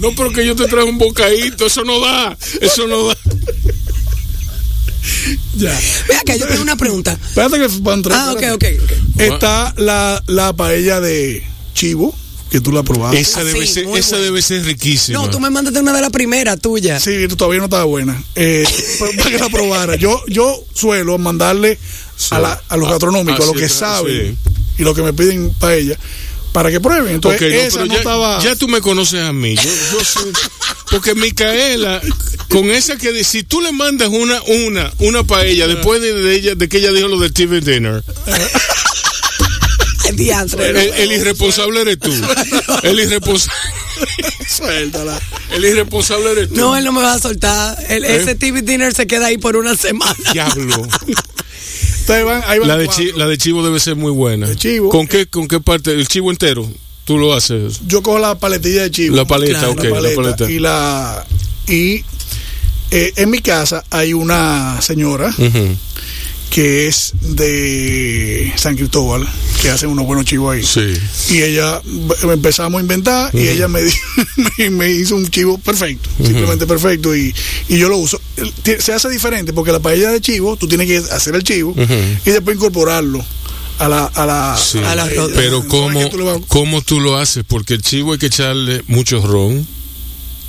No, porque yo te traigo un bocadito, eso no da, eso no da. Ya. Vea que yo tengo una pregunta. Espérate que van tres. Ah, ok, ok. espérate. ok. Está la, la paella de chivo, que tú la probaste. Esa debe Ah, Sí, ser, muy esa bueno. debe ser riquísima. No, tú me mandaste una de las primeras tuyas. Sí, tú todavía no estaba buena. *laughs* Eh, pa- para que la probara. Yo, yo suelo mandarle a, la- a los Ah, gastronómicos, a los así que está, saben y los que me piden paella, para que prueben. Entonces, Ok, no, Pues esa pero no, ya, estaba. ya tú me conoces a mí. Yo, yo soy- porque Micaela, con esa que dice, si tú le mandas una, una, una paella después de, de ella, de que ella dijo lo del TV dinner, Diantre. el, el irresponsable eres tú. El irresponsable. Suéltala. El irresponsable eres tú. No, él no me va a soltar. El- ¿Eh? Ese TV dinner se queda ahí por una semana. Diablo. Entonces van, ahí van La de, cuatro. chi- la de chivo debe ser muy buena. De chivo. ¿Con qué, ¿Con qué parte? ¿El chivo entero? Tú lo haces. Yo cojo la paletilla de chivo. La paleta, Claro, ok. La paleta. Y la. Y eh, en mi casa hay una señora Ujú. que es de San Cristóbal, que hace unos buenos chivos ahí. Sí. Mm. Y ella b- empezamos a inventar y ella me, di- *laughs* me- me hizo un chivo perfecto, Mm-hmm. simplemente perfecto. Y, y yo lo uso. El- ti- Se hace diferente porque la paella de chivo, tú tienes que hacer el chivo Ujú. y después incorporarlo a la. A la, Mm-hmm. Sí. a la- Pero no es ¿cómo, que tú le vas- ¿cómo tú lo haces? Porque el chivo hay que echarle mucho ron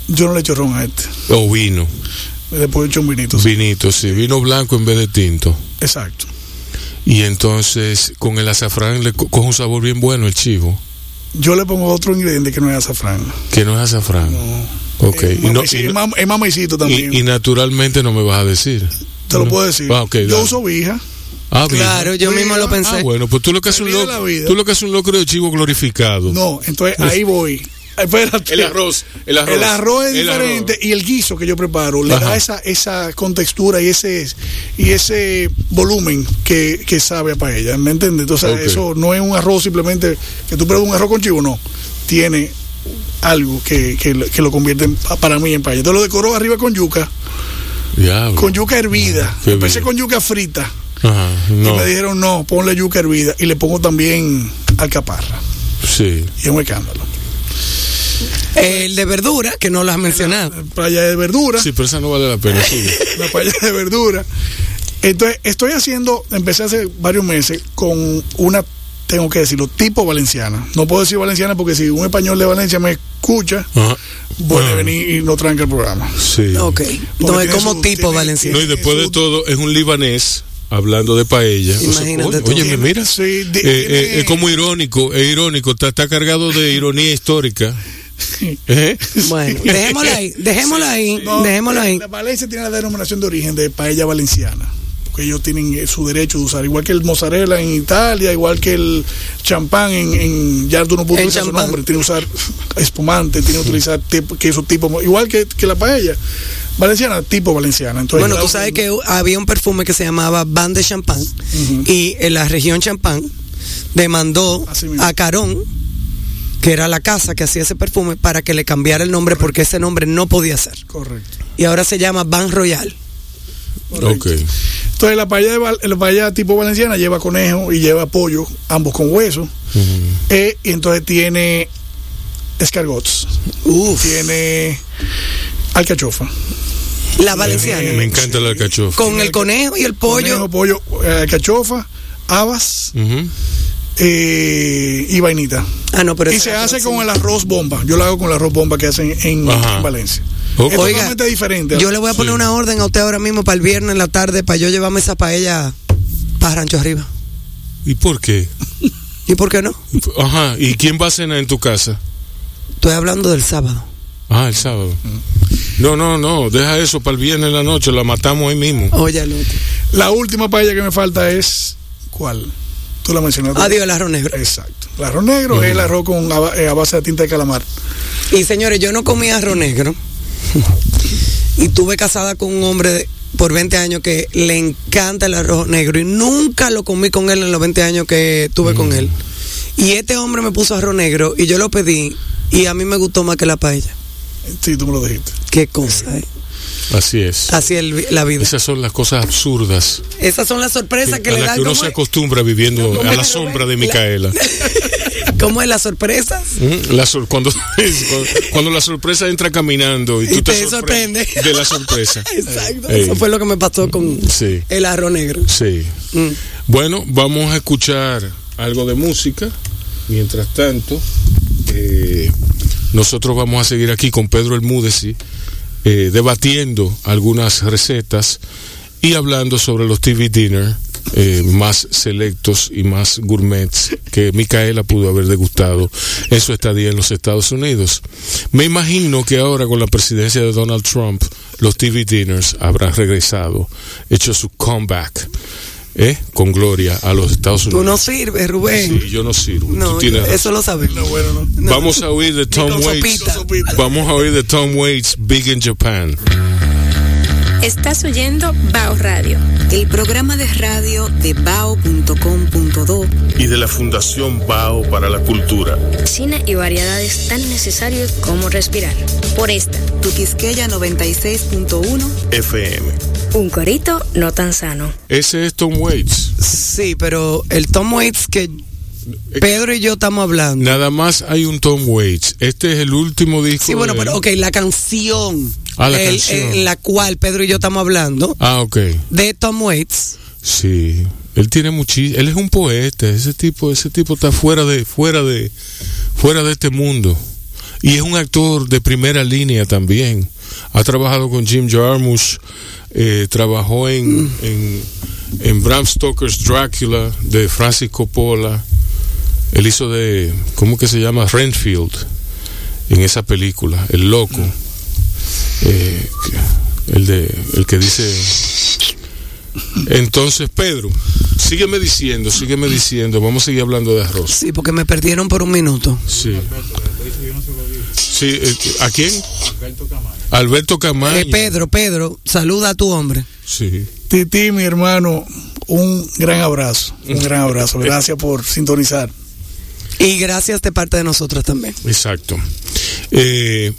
Yo no le echo ron a este. o vino. Después echo un vinito. sí. Vinito, sí. Vino blanco en vez de tinto. Exacto. Y entonces con el azafrán le co- coge un sabor bien bueno el chivo. Yo le pongo otro ingrediente que no es azafrán. Que no es azafrán. Ok. Es, y, no- mamici- y es no- mam- es mamicito también. y- y naturalmente no me vas a decir. te lo puedo decir. Ah, ok, yo dale. uso vija. Ah, bien. Claro, yo mismo lo pensé. Ah, bueno, pues tú lo que haces un Termina la locro, vida. tú lo que haces un locro de chivo glorificado. No, entonces Pues- ahí voy. Espérate. El arroz, el arroz. El arroz es El diferente arroz. y el guiso que yo preparo le Ajá. da esa, esa contextura y ese y ese volumen que, que sabe a paella, ¿me entiendes? Entonces Ok. eso no es un arroz simplemente que tú pruebas un arroz con chivo, no. Tiene algo que, que lo- que lo convierte en- pa- para mí en paella. Entonces lo decoro arriba con yuca, Diablo. con yuca hervida. Ah, Qué Empecé bien. con yuca frita Ajá, no. y me dijeron no, ponle yuca hervida y le pongo también alcaparra. Sí. Y es un escándalo. El de verdura, que no lo has mencionado. Playa de verdura. Sí, pero esa no vale la pena. *laughs* sí. una paella de verdura. Entonces, estoy haciendo, empecé hace varios meses con una, tengo que decirlo, tipo valenciana. No puedo decir valenciana porque si un español de Valencia me escucha, Ajá. voy a Ah, venir y no tranca el programa. Sí. Ok. No Porque es tiene como su- tipo tiene- valenciano. No, y después de todo, es un libanés hablando de paella. O sea, Imagínate oye, tú. óyeme, mira. Sí, di- Eh, eh, dime- es como irónico, es irónico. Está, está cargado de ironía *laughs* histórica. ¿Eh? *laughs* Bueno, dejémoslo ahí, dejémoslo ahí, No, dejémoslo ahí. La Valencia tiene la denominación de origen de paella valenciana. Porque ellos tienen eh, su derecho de usar, igual que el mozzarella en Italia, igual que el champán en, en ya tú no puedes En usar su champán. nombre, tiene que usar *laughs* espumante, tiene que utilizar tipo- que esos tipos, igual que, que la paella valenciana, tipo valenciana. Entonces, Bueno, tú la- sabes que había un perfume que se llamaba Van de Champán y en la región Champán demandó Así mismo. a Carón, que era la casa que hacía ese perfume, para que le cambiara el nombre porque ese nombre no podía ser. Correcto. Y ahora se llama Van Royal. Ok. Entonces la paella, de val- la paella tipo valenciana lleva conejo y lleva pollo, ambos con hueso, Mm. Eh, y entonces tiene escargots, tiene alcachofa. La Me valenciana. encanta la alcachofa. Con el conejo y el pollo. Conejo, pollo, eh, alcachofa, habas Ujú. eh, y vainita. Ah, no, pero y esa se era hace otra. con el arroz bomba. Yo lo hago con el arroz bomba que hacen en, Ajá. en Valencia. Ok. Es Oiga, totalmente diferente. Yo le voy a poner Sí. una orden a usted ahora mismo para el viernes en la tarde para yo llevarme esa paella para Rancho Arriba. ¿Y por qué? ¿Y por qué no? Ajá. ¿Y quién va a cenar en tu casa? Estoy hablando del sábado. Ah, el sábado. No, no, no. Deja eso para el viernes en la noche. La matamos ahí mismo. Oye, el otro. La última paella que me falta es ¿cuál? Tú la mencionaste. Adiós, el arroz negro. Exacto. El arroz negro es el arroz con haba- eh, a base de tinta de calamar. Y señores, yo no comía arroz negro. *laughs* y estuve casada con un hombre de- por 20 años que le encanta el arroz negro. Y nunca lo comí con él en los 20 años que estuve Mm. con él. Y este hombre me puso arroz negro y yo lo pedí. Y a mí me gustó más que la paella. Sí, tú me lo dijiste. Qué cosa, ¿eh? Así es. Así es la vida. Esas son las cosas absurdas Esas son las sorpresas que a le las da. que uno ¿Cómo se es? acostumbra viviendo a la sombra de Micaela. ¿Cómo es las sorpresas? Mm, la sor- cuando, *laughs* cuando- cuando la sorpresa entra caminando y tú Y te, te sorprende. de la *laughs* sorpresa. Exacto. Ey. Eso fue lo que me pasó con Sí. el arroz negro. Sí. Mm. Bueno, vamos a escuchar algo de música. Mientras tanto, eh, nosotros vamos a seguir aquí con Pedro El Múdeci, eh, debatiendo algunas recetas y hablando sobre los TV dinner eh, más selectos y más gourmets que Micaela pudo haber degustado en su estadía en los Estados Unidos. Me imagino que ahora con la presidencia de Donald Trump, los TV dinners habrán regresado, hecho su comeback. ¿eh? con gloria a los Estados Tú Unidos. no sirves, Rubén. Sí, yo no sirvo. No, Tú tienes razón. eso lo sabemos. bueno, no. No. Vamos a oír de Tom con Waits. sopita. Con sopita. Vamos a oír de Tom Waits, Big in Japan. Estás oyendo Bao Radio. El programa de radio de bao.com.do y de la Fundación BAO para la Cultura. Cine y variedades tan necesarios como respirar. Por esta, Tu Quisqueya 96.1 FM. un corito no tan sano. Ese es Tom Waits. Sí, pero el Tom Waits que Pedro y yo estamos hablando. Nada más hay un Tom Waits. Este es el último disco. Sí, bueno, de pero él. ok, la canción. eh. Ah, la el- canción. el- la cual Pedro y yo estamos hablando. Ah, ok. De Tom Waits. Sí. Él tiene muchísimo. Él es un poeta. Ese tipo, ese tipo está fuera de, fuera de, fuera de este mundo. Y es un actor de primera línea también. Ha trabajado con Jim Jarmusch. eh, trabajó en, en, en Bram Stoker's Drácula de Francis Coppola. Él hizo de, ¿cómo que se llama? Renfield, en esa película, El Loco. Eh, que- el, de, el que dice... Entonces, Pedro, sígueme diciendo, sígueme diciendo, vamos a seguir hablando de arroz. Sí, porque me perdieron por un minuto. Sí. Sí, eh, ¿a quién? Alberto Camaño. Eh, Pedro, Pedro, saluda a tu hombre. Sí. Titi, mi hermano, un gran abrazo. Un gran abrazo. Gracias por sintonizar. Y gracias de parte de nosotros también. Exacto. Eh,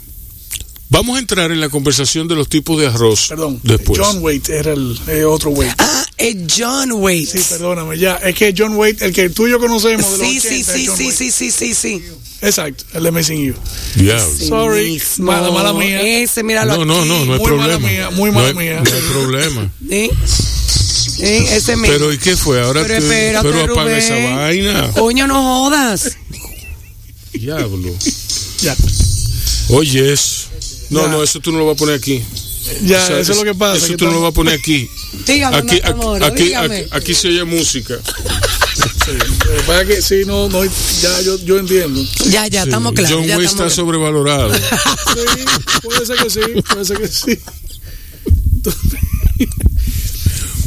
vamos a entrar en la conversación de los tipos de arroz Perdón. después. John Waite era el eh, otro Waite. Ah, es John Waits. Sí, perdóname, ya. Es que John Waite, el que tú y yo conocemos de los Sí, 80, sí, es sí, John sí, Waite. sí, sí, sí, sí. Exacto, el de Missing You. Diablo. Sorry, Mismo. mala, mala mía. Ese, míralo No, no, aquí. no, no hay Muy mala problema. mía, muy no mala hay, mía. no hay problema. *laughs* ¿Eh? ¿Eh? Ese mismo. Pero ¿y qué fue? Ahora Pero te- espérate, pero apaga Rubén. esa vaina. Coño, no jodas. Diablo. Ya, Oye, eso. No, Ya. no, eso tú no lo vas a poner aquí. ya O sea, Ah, eso es lo que pasa. Eso que tú no tal- lo vas a poner *laughs* aquí. Dígame, Aquí, más, aquí, amor, aquí, dígame. aquí- aquí se oye música. Lo que pasa es que sí, no, no, ya yo, yo entiendo. Ya, ya, estamos claros. John ya Wayne está estamos claros. sobrevalorado. Sí, puede ser que sí, puede ser que sí. *laughs*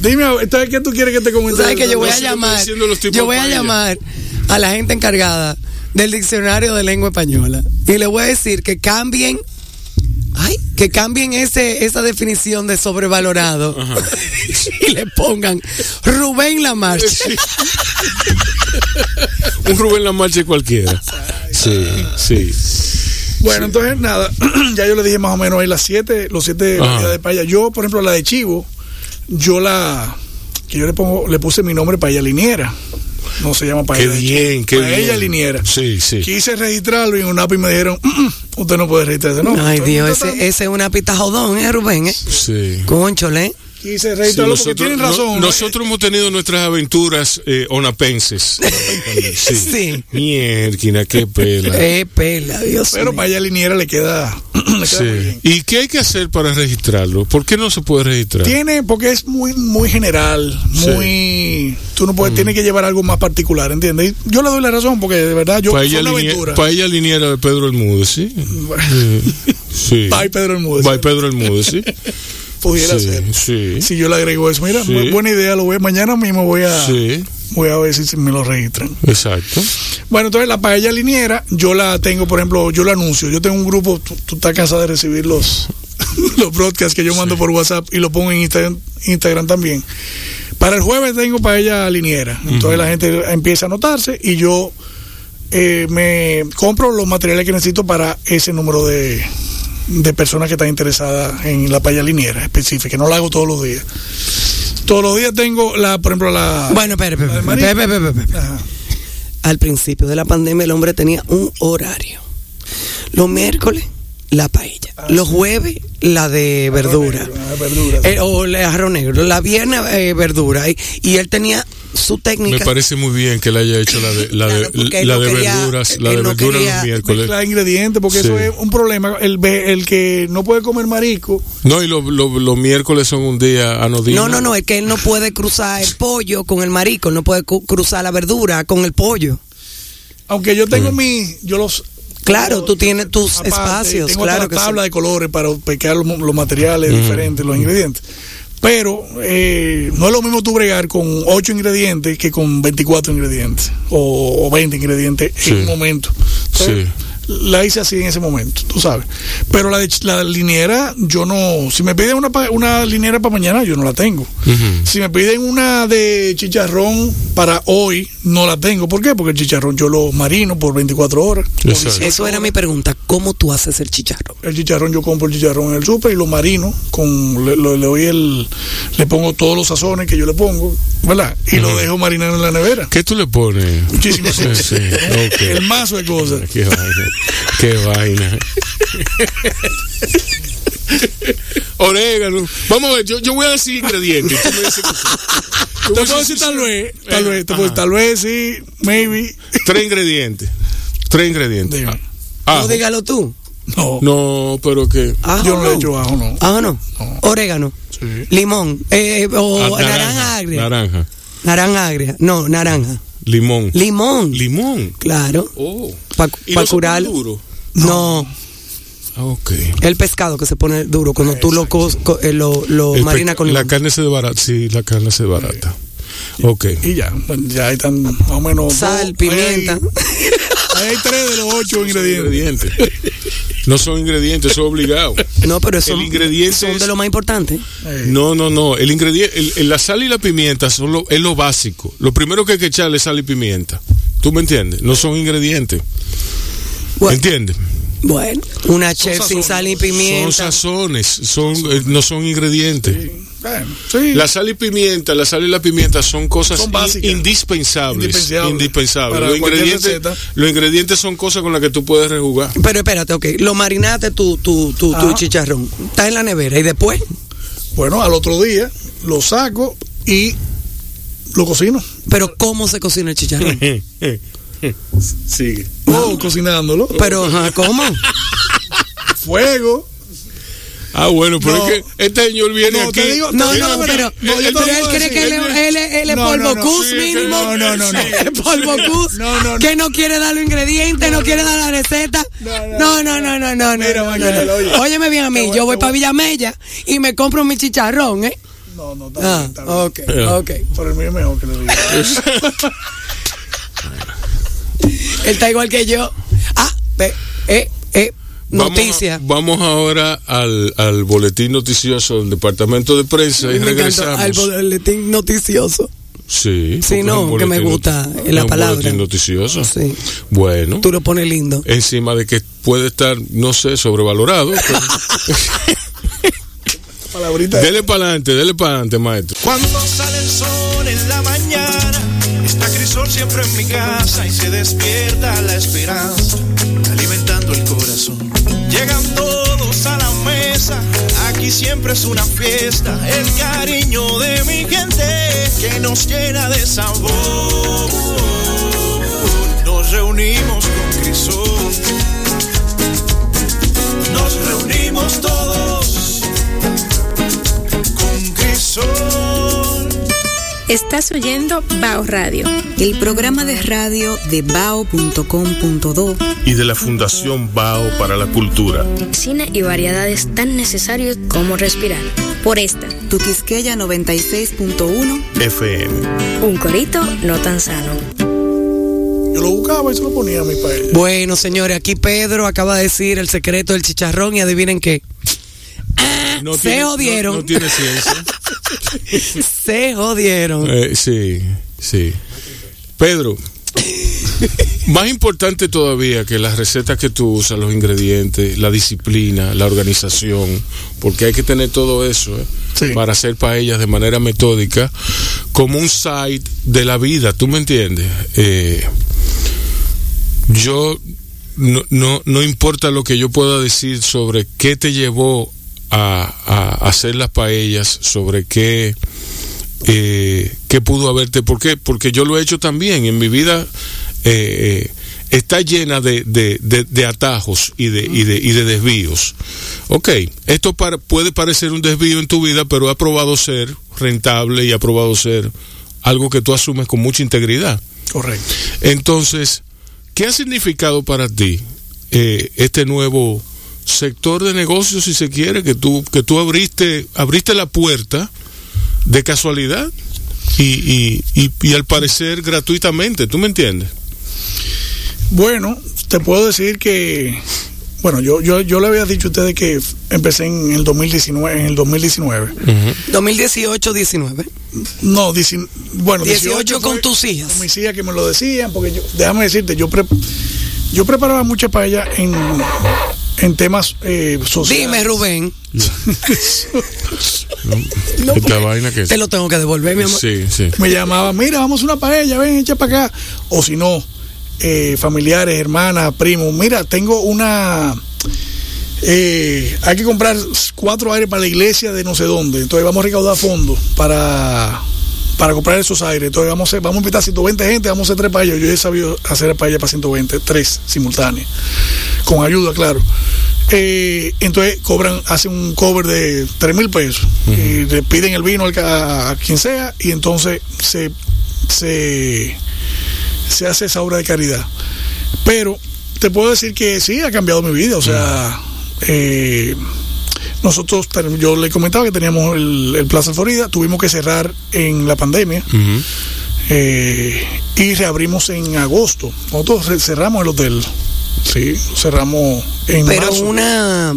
Dime, entonces, ¿qué tú quieres que te comente? Tú sabes que yo voy a Nosotros estamos llamar. diciendo los tipos Yo voy a paella. llamar a la gente encargada del diccionario de lengua española y le voy a decir que cambien. Ay, que cambien ese, esa definición de sobrevalorado *laughs* y le pongan Rubén Lamarche. *laughs* Un Rubén La Marcha cualquiera. Sí, sí. Bueno, entonces, nada, *clears throat* ya yo le dije más o menos ahí las siete, los siete Ajá. medidas de paya. Yo, por ejemplo, la de chivo, yo la, que yo le pongo, le puse mi nombre paya liniera. No se llama paya Qué de bien, chivo. qué paella bien. pues liniera. Sí, sí. Quise registrarlo y en un API me dijeron, "Mm, mm, usted no puede registrarse, ¿no? Ay, Entonces, Dios, yo ese, ese es una pita jodón, ¿eh, Rubén? Eh? Sí. Conchole. Sí, Quise registrarlo porque nosotros, tienen no- razón. ¿no? nosotros hemos tenido nuestras aventuras eh, *laughs* onapenses. Sí. Sí. Mierquina, qué pela. Eh, pela, Dios Pero mío. paya liniera le queda, *clears throat* le queda muy Sí. bien. ¿Y qué hay que hacer para registrarlo? ¿Por qué no se puede registrar? Tiene, porque es muy, muy general, Sí. Mm. muy. Tú no puedes, tienes que llevar algo más particular, ¿entiendes? Y Yo le doy la razón, porque de verdad yo. Paella, fue una linie- aventura. paella liniera de Pedro Almude, ¿sí? Sí. *laughs* sí. Bye, Pedro Bermúdez. By Pedro Almude, ¿sí? pues. *laughs* Pudiera Sí, ser. sí. Si yo le agrego eso, mira, Sí. bu- buena idea, lo voy mañana mismo voy a, Sí, voy a ver si si me lo registran. exacto. Bueno, entonces la paella liniera, yo la tengo, por ejemplo, yo la anuncio. Yo tengo un grupo, tú, tú estás cansada de recibir los, *laughs* los broadcasts que yo mando por WhatsApp y lo pongo en Insta- Instagram también. Para el jueves tengo paella liniera. Entonces la gente empieza a anotarse y yo eh, me compro los materiales que necesito para ese número de, de personas que están interesadas en la paella liniera específica. No la hago todos los días. Todos los días tengo la, por ejemplo, la. Bueno, espera, espera, María. espera, espera, espera, espera. Ajá. Al principio de la pandemia el hombre tenía un horario. Los miércoles, la paella. Los jueves, la de verdura. Ah, negro, ah, verdura, sí. Eh, o el arroz negro. La viernes, eh, verdura. Y, y él tenía su técnica. Me parece muy bien que le haya hecho la de, la de, Claro, porque él la no de quería- verduras, la él de no verduras quería los miércoles. mezclar ingredientes porque Sí. eso es un problema el, ve- el que no puede comer marisco No, y lo- lo- los miércoles son un día anodino. No, no, no, es que él no puede cruzar el pollo con el marico, no puede cu- cruzar la verdura con el pollo. aunque yo Mm. tengo mi yo los Claro, tú tienes tus aparte, espacios, tengo claro otra que tabla sí. Mm. de colores para pecar los, los materiales diferentes los ingredientes Pero eh, no es lo mismo tú bregar con 8 ingredientes que con 24 ingredientes o, o 20 ingredientes Sí. en un momento. Entonces, Sí. La hice así en ese momento, tú sabes. Pero la, de, ch- la liniera, yo no. Si me piden una, pa- una liniera para mañana, yo no la tengo. Ujú. Si me piden una de chicharrón para hoy, no la tengo. ¿Por qué? Porque el chicharrón yo lo marino por 24 horas. por Exacto. 18 Eso era mi pregunta. ¿Cómo tú haces el chicharro? el chicharrón, yo compro el chicharrón en el súper y lo marino con le, lo- le doy el le pongo todos los sazones que yo le pongo, ¿verdad? Y lo Ujú. dejo marinar en la nevera. ¿Qué tú le pones? Muchísimas Sí, cosas. sí, ok. *laughs* El mazo de cosas. Qué vaina. Qué vaina. Orégano. Vamos a ver, yo, yo voy a decir ingredientes. Tú me dices que- Te puedo decir tal vez, tal Eh, vez, te ajá. puedo- tal vez sí, maybe. Tres ingredientes. Tres ingredientes. Dime. No Ajo. dígalo tú. No, No, pero que. Ajo Ah. yo no no. le echo ajo, no. Ajo no. No. Orégano. Sí. Limón. Eh, o Ah, naranja, agria. Naranja. Naranja agria. No, naranja. Limón. Limón. Limón. claro. Oh. Para ¿Y no se curar. pone duro? No. Ah, ok. el pescado que se pone duro cuando tú lo, cos- co- eh, lo, lo El marinas pe- con la limón. carne se desbarata. Sí, la carne se desbarata. Ok. Y ya, bueno, ya ahí están más o menos. Sal, dos- pimienta. *laughs* Ahí hay, ahí hay tres de los ocho ingredientes. Ingredientes. No son ingredientes, son obligados. No, pero eso El ingrediente son de es- lo más importante. Eh, No, no, no. El ingrediente, el- el- la sal y la pimienta son lo, es lo básico. Lo primero que hay que echarle es sal y pimienta. ¿Tú me entiendes? No son ingredientes. Bueno, ¿Entiendes? bueno, una chef sin sazones. sal y Son pimienta. sazones, son, eh, no son ingredientes. bueno, sí. La sal y pimienta, la sal y la pimienta son cosas Son in- básicas. indispensables. Indispensables. Indispensables. Para Los, cualquier ingredientes, receta. los ingredientes son cosas con las que tú puedes *laughs* rejugar. Pero espérate, ok. Lo marinaste tu, tu, tu, tu Ah. Ajá. chicharrón. Está en la nevera. ¿Y después? Bueno, al otro día lo saco y lo cocino. Pero ¿cómo se cocina el *laughs* chicharrón? Sigue. Oh, cocinándolo. Pero, ajá, ¿cómo? Fuego. Ah, bueno, pero No. es que este señor viene No, aquí. te digo- No, Está no, bien, pero, no, yo te lo pero él puedo cree decir, que él es él es- él es- él es No, no, polvo no, cus sí, mínimo. no, no, no, *laughs* no. Es polvo cus. No, no, no. Que no quiere dar los ingredientes, no, quiere dar la receta. No, No, no, no, no, no. Mira, no, no, Manuel, no. oye. Óyeme bien a Te mí, voy- yo te voy voy- para Villamella y me compro mi chicharrón, ¿eh? No, no, está bien, Ah, está bien. ok, Ya. ok. Por el mío es mejor que le diga. *laughs* Él está igual que yo. Ah, ve, eh, eh, Vamos a- noticia. Vamos, ahora al, al boletín noticioso del departamento de prensa y Me encantó regresamos. al boletín noticioso. sí, Sí, porque no, es un que me boletín gusta noti- la es un palabra. boletín noticioso. Sí. Bueno, Tú lo pones lindo. encima de que puede estar, no sé, sobrevalorado. *laughs* Palabrita. pero- *laughs* dele para adelante, dele para adelante, maestro. Cuando sale el sol en la mañana, está Crisol siempre en mi casa y se despierta la esperanza, alimentando el corazón. Llegan todos a la mesa, aquí siempre es una fiesta, el cariño de mi gente que nos llena de sabor. Nos reunimos con Crisol, nos reunimos todos con Crisol. Estás oyendo Bao Radio. El programa de radio de bao.com.do Y de la Fundación Bao para la Cultura. Cine y variedades tan necesarios como respirar. Por esta, Tuquisqueya 96.1 FM. un corito no tan sano. Yo lo buscaba y se lo ponía a mi paella. Bueno, señores, aquí Pedro acaba de decir el secreto del chicharrón y adivinen qué. No Ah, Se jodieron. No, no tiene ciencia. Se jodieron. Eh, sí, sí. Pedro, más importante todavía que las recetas que tú usas, los ingredientes, la disciplina, la organización, porque hay que tener todo eso ¿eh? Sí. para hacer paellas de manera metódica, como un site de la vida, ¿tú me entiendes? Eh, yo no, no, no importa lo que yo pueda decir sobre qué te llevó a, a hacer las paellas, sobre qué, eh, qué pudo haberte, ¿por qué? Porque yo lo he hecho también en mi vida. eh, eh, Está llena de, de- de- de atajos y de, y, de, y de desvíos. Ok, esto para- puede parecer un desvío en tu vida, pero ha probado ser rentable y ha probado ser algo que tú asumes con mucha integridad. Correcto. Entonces, ¿qué ha significado para ti eh, este nuevo sector de negocios, si se quiere, que tú, que tú abriste, abriste la puerta de casualidad y, y, y, y al parecer gratuitamente, ¿tú me entiendes? Bueno, te puedo decir que, bueno, yo, yo, yo le había dicho a ustedes que empecé en el 2019. En el 2019. 2018-19. No, diecin- bueno, 18 con fue tus hijas. Con mis hijas que me lo decían, porque yo, déjame decirte, yo, pre- yo preparaba mucha paella en, en temas eh, sociales. Dime, Rubén, Esta vaina que te lo tengo que devolver, mi amor. Sí, sí. me llamaban, mira, vamos a una paella, ven, echa para acá. O si no, eh, familiares, hermanas, primos, mira, tengo una... eh, hay que comprar cuatro aires para la iglesia de no sé dónde. Entonces vamos a recaudar fondos para, para comprar esos aires. Entonces vamos a, hacer- vamos a invitar 120 gente, vamos a hacer tres paellas. Yo ya he sabido hacer paella para 120, tres simultáneas. Con ayuda, claro. Eh, entonces cobran, hacen un cover de 3 mil pesos y le piden el vino al ca- a quien sea y entonces se, se, se hace esa obra de caridad. Pero te puedo decir que sí, ha cambiado mi vida. O sea, eh, nosotros, ten- yo le comentaba que teníamos el, el Plaza Florida, tuvimos que cerrar en la pandemia Ujú. eh, y reabrimos en agosto. Nosotros re- cerramos el hotel. Sí, cerramos en Pero marzo. una...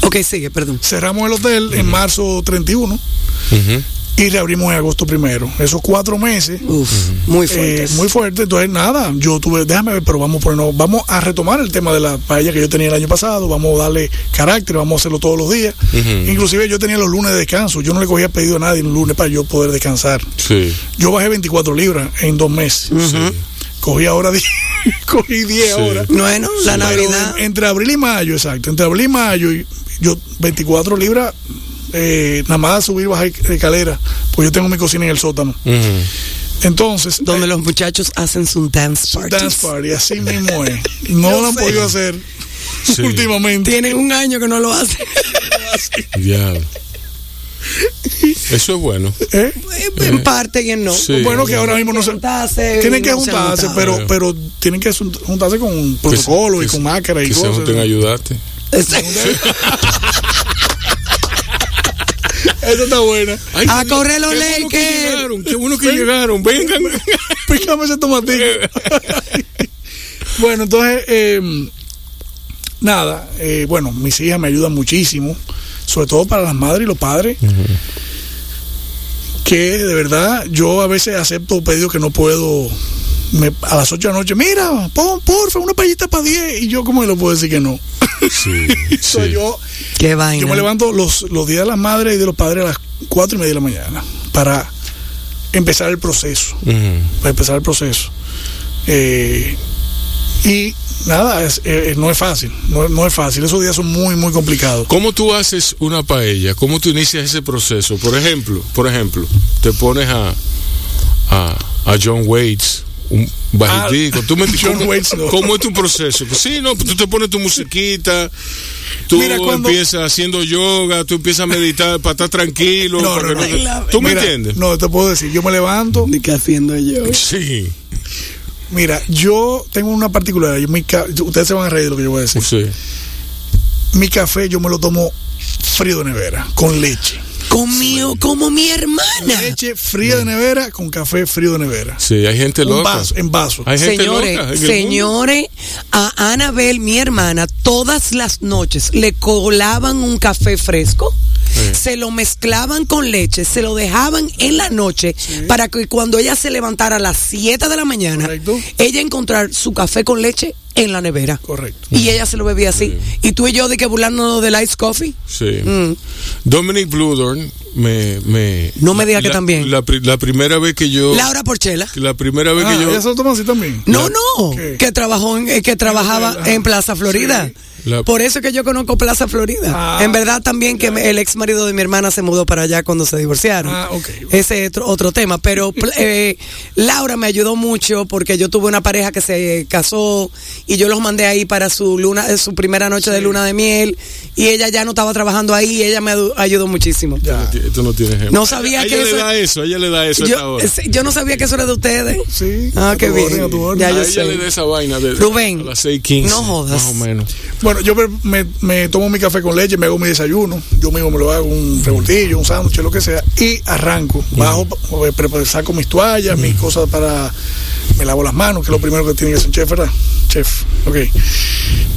Ok, sigue, perdón. Cerramos el hotel en marzo 31 Ujú. y reabrimos en agosto primero. Esos cuatro meses Uf, muy fuerte. Eh, muy fuerte, entonces nada, yo tuve, déjame ver, pero vamos a ponernos- vamos a retomar el tema de la paella que yo tenía el año pasado, vamos a darle carácter, vamos a hacerlo todos los días. Ujú. Inclusive yo tenía los lunes de descanso, yo no le cogía pedido a nadie un lunes para yo poder descansar. Sí. Yo bajé 24 libras en dos meses. Mm. Cogí ahora 10, *laughs* cogí 10 Sí. horas. Bueno, la Pero Navidad... en- entre abril y mayo, exacto, entre abril y mayo, y- yo 24 libras, eh, nada más subir, bajar escalera, pues yo tengo mi cocina en el sótano. Ujú. Entonces, Donde los muchachos hacen su dance Su party. Dance *laughs* party, así mismo es. No Yo lo han sé. podido hacer Sí. últimamente. Tienen un año que no *laughs* lo hacen. *laughs* Diablo. Eso es bueno. ¿Eh? en parte y en no. Sí. bueno, que ahora mismo no se. Juntarse, Tienen que no se han juntarse, juntado. *laughs* pero, Claro. pero tienen que jun- juntarse con un Que se- protocolo y que con se- máscara y Que se cosas. junten a ayudarte. Esa está buena. Ay, A qué- correr los qué bueno que Lakers. llegaron, Qué bueno que llegaron. Vengan. Pícame ese tomatito. *laughs* bueno, entonces, eh, nada, eh, bueno, mis hijas me ayudan muchísimo, sobre todo para las madres y los padres. Que de verdad, yo a veces acepto pedidos que no puedo. me- a las 8 de la noche, mira, pon porfa una payita para 10. Y yo, ¿cómo le puedo decir que no? Sí. *laughs* sí. So, yo, Qué vaina. yo me levanto los, los días de las madres y de los padres a las 4 y media de la mañana para empezar el proceso Ujú. para empezar el proceso. Eh, y nada, es- eh, no es fácil, no, no es fácil. Esos días son muy, muy complicados. ¿Cómo tú haces una paella? ¿Cómo tú inicias ese proceso? Por ejemplo, por ejemplo, te pones a a, a John Waits, un bajitico. Ah, ¿Tú me- *laughs* John ¿cómo, Waits, no. ¿Cómo es tu proceso? Pues Sí, no, pues tú te pones tu musiquita, tú Mira, cuando- empiezas haciendo yoga, tú empiezas a meditar para estar tranquilo. No, para no, que no. te- ¿Tú me Mira, entiendes? No, te puedo decir, yo me levanto. ¿Qué haciendo yo? Sí, Mira, yo tengo una particularidad. yo mi ca- ustedes se van a reír de lo que yo voy a decir. sí. Mi café yo me lo tomo frío de nevera, con leche. Conmigo, como mi hermana. Leche fría de nevera con café frío de nevera. Sí, hay gente Un loca. vaso, en vaso. Hay gente Señores, loca. en el mundo. señores, a Anabel, mi hermana, todas las noches le colaban un café fresco, Sí. se lo mezclaban con leche, se lo dejaban en la noche para que cuando ella se levantara a las 7 de la mañana, Correcto. ella encontrar su café con leche en la nevera. Correcto. Y ella se lo bebía así. Y tú y yo de que burlándonos del ice coffee. Sí. Mm. Dominic Bludorn me, me. No me diga la- que también. La, pri- la primera vez que yo. Laura Porchela. La primera vez Ah, que yo. ¿ella se lo toma así también? No, no, ¿Qué? que trabajó en, eh, que trabajaba Plaza- en Plaza Florida. Sí. La- Por eso es que yo conozco Plaza Florida. Ah. en verdad también que me- el ex marido de mi hermana se mudó para allá cuando se divorciaron. Ah, ok. Ese es otro, otro tema. Pero *laughs* pl- eh, Laura me ayudó mucho porque yo tuve una pareja que se eh, casó y yo los mandé ahí para su luna, eh, su primera noche de luna de miel y ella ya no estaba trabajando ahí y ella me adu- ayudó muchísimo. Ya. Esto no tiene ejemplo. No sabía A ella que le eso- da eso, a ella le da eso a esta Yo, hora. eh, yo no sabía que eso era de ustedes. Sí, Ah, a qué tu bien. orden, a tu orden. Ya a yo ella sé. le da esa vaina de Rubén, a las 6:15, no jodas. Más o menos. Bueno, Bueno, yo me, me, tomo mi café con leche, me hago mi desayuno, yo mismo me lo hago un revoltillo, un sándwich, lo que sea, y arranco. Bajo, pues, saco mis toallas, mis cosas para. Me lavo las manos, que es lo primero que tiene que hacer un chef, ¿verdad? Chef, ok.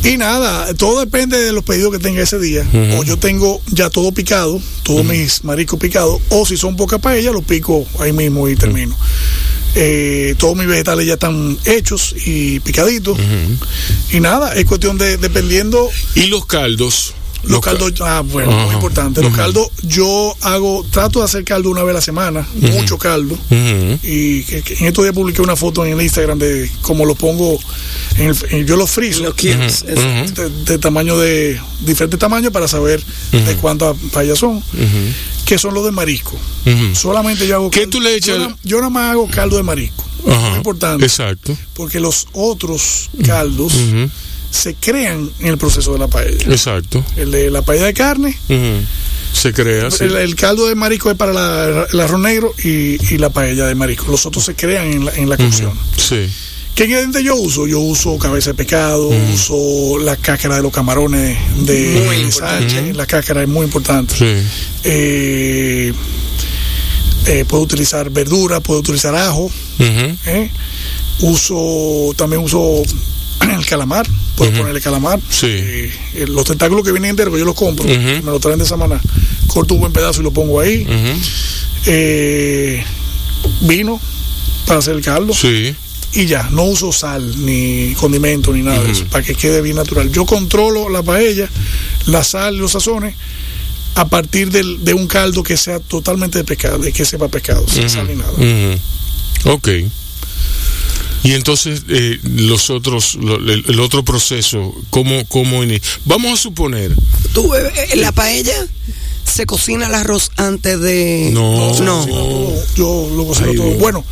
Y nada, todo depende de los pedidos que tenga ese día. Uh -huh. O yo tengo ya todo picado, todos uh -huh. mis mariscos picados, o si son pocas paellas, los pico ahí mismo y termino. Uh -huh. Eh, todos mis vegetales ya están hechos y picaditos. Uh -huh. Y nada, es cuestión de dependiendo. ¿Y los caldos? Los, los caldos, ah, bueno, uh -huh. muy importante. Los uh -huh. caldos, yo hago, trato de hacer caldo una vez a la semana, mucho caldo. Y que, que en estos días publiqué una foto en el Instagram de cómo lo pongo, en el, en, yo los friso. Los kilos, de, de, tamaño de, diferentes tamaños para saber de cuántas payas son que son los de marisco. Uh -huh. Solamente yo hago ¿Qué caldo. tú le echas? Yo, na yo, nada más hago caldo de marisco. Uh -huh. Muy importante. Exacto. Porque los otros caldos uh -huh. se crean en el proceso de la paella. Exacto. El de la paella de carne. Se crea. Sí. El, el, caldo de marisco es para la, el arroz negro y, y, la paella de marisco. Los otros se crean en la, en la cocción. Sí. ¿Qué ingredientes yo uso? Yo uso cabeza de pescado, mm. uso la cáscara de los camarones de Sánchez, mm -hmm. la cáscara es muy importante. Sí. Eh, eh, puedo utilizar verdura, puedo utilizar ajo, mm -hmm. eh. uso, también uso *clears throat* el calamar, puedo -hmm. ponerle calamar. Eh, Sí. los tentáculos que vienen enteros, yo los compro, me los traen de semana, corto un buen pedazo y lo pongo ahí. Eh, vino para hacer el caldo. Sí y ya, no uso sal ni condimento ni nada uh -huh. de eso, para que quede bien natural. Yo controlo la paella, la sal, los sazones, a partir del, de un caldo que sea totalmente de pescado, de que sepa pescado, uh -huh. sin sal ni nada. Uh -huh. Ok. Y entonces eh, los otros, lo, el, el, otro proceso, ¿cómo, cómo Vamos a suponer. ¿Tú, eh, la paella? ¿Se cocina el arroz antes de.? No, no. no. Todo, yo lo cocino Ay, todo. Dios. Bueno.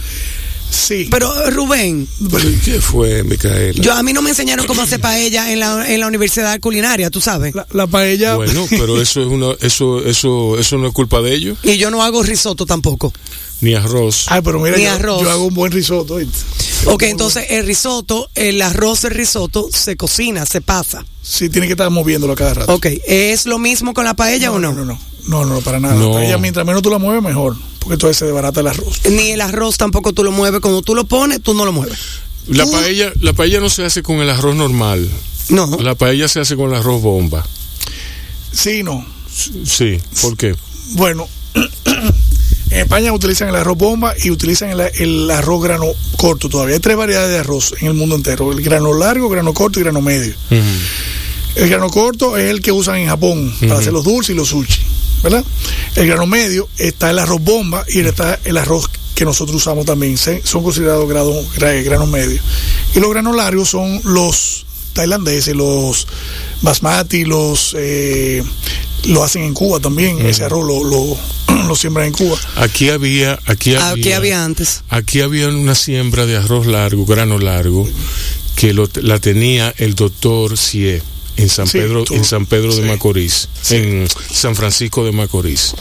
Sí. Pero Rubén. ¿Pero ¿Qué fue, Micaela? Yo, a mí no me enseñaron cómo hacer paella en la, en la universidad culinaria, tú sabes. La, la paella. Bueno, pero eso es una, eso, eso, eso no es culpa de ellos. Y yo no hago risotto tampoco. Ni arroz. *laughs* Ah, Ay, pero mira, Ni yo, arroz. yo, hago un buen risotto. ¿viste? Ok, entonces el risotto, el arroz, el risotto se cocina, se pasa. Sí, tiene que estar moviéndolo cada rato. Ok, ¿es lo mismo con la paella no, o no? No, no, no, no, no para nada. No. La paella, mientras menos tú la mueves, mejor porque entonces se desbarata el arroz. Ni el arroz tampoco tú lo mueves, cuando tú lo pones, tú no lo mueves. La, paella, la paella no se hace con el arroz normal. No. La paella se hace con el arroz bomba. Sí, no. Sí, ¿por qué? Bueno, *clears throat* en España utilizan el arroz bomba y utilizan el, el, arroz grano corto todavía. Hay tres variedades de arroz en el mundo entero. El grano largo, grano corto y grano medio. Uh -huh. El grano corto es el que usan en Japón uh -huh. para hacer los dulces y los sushi. ¿verdad? El grano medio está el arroz bomba y está el arroz que nosotros usamos también. ¿sí? Son considerados granos grano medio. Y los granos largos son los tailandeses, los basmati, los eh, lo hacen en Cuba también. Mm. Ese arroz lo, lo, *clears throat* lo, siembran en Cuba. Aquí había, aquí había, aquí Ah, había antes. Aquí había una siembra de arroz largo, grano largo, que lo, la tenía el doctor Cie en San sí, Pedro, tú, en San Pedro de sí, Macorís, sí. en San Francisco de Macorís,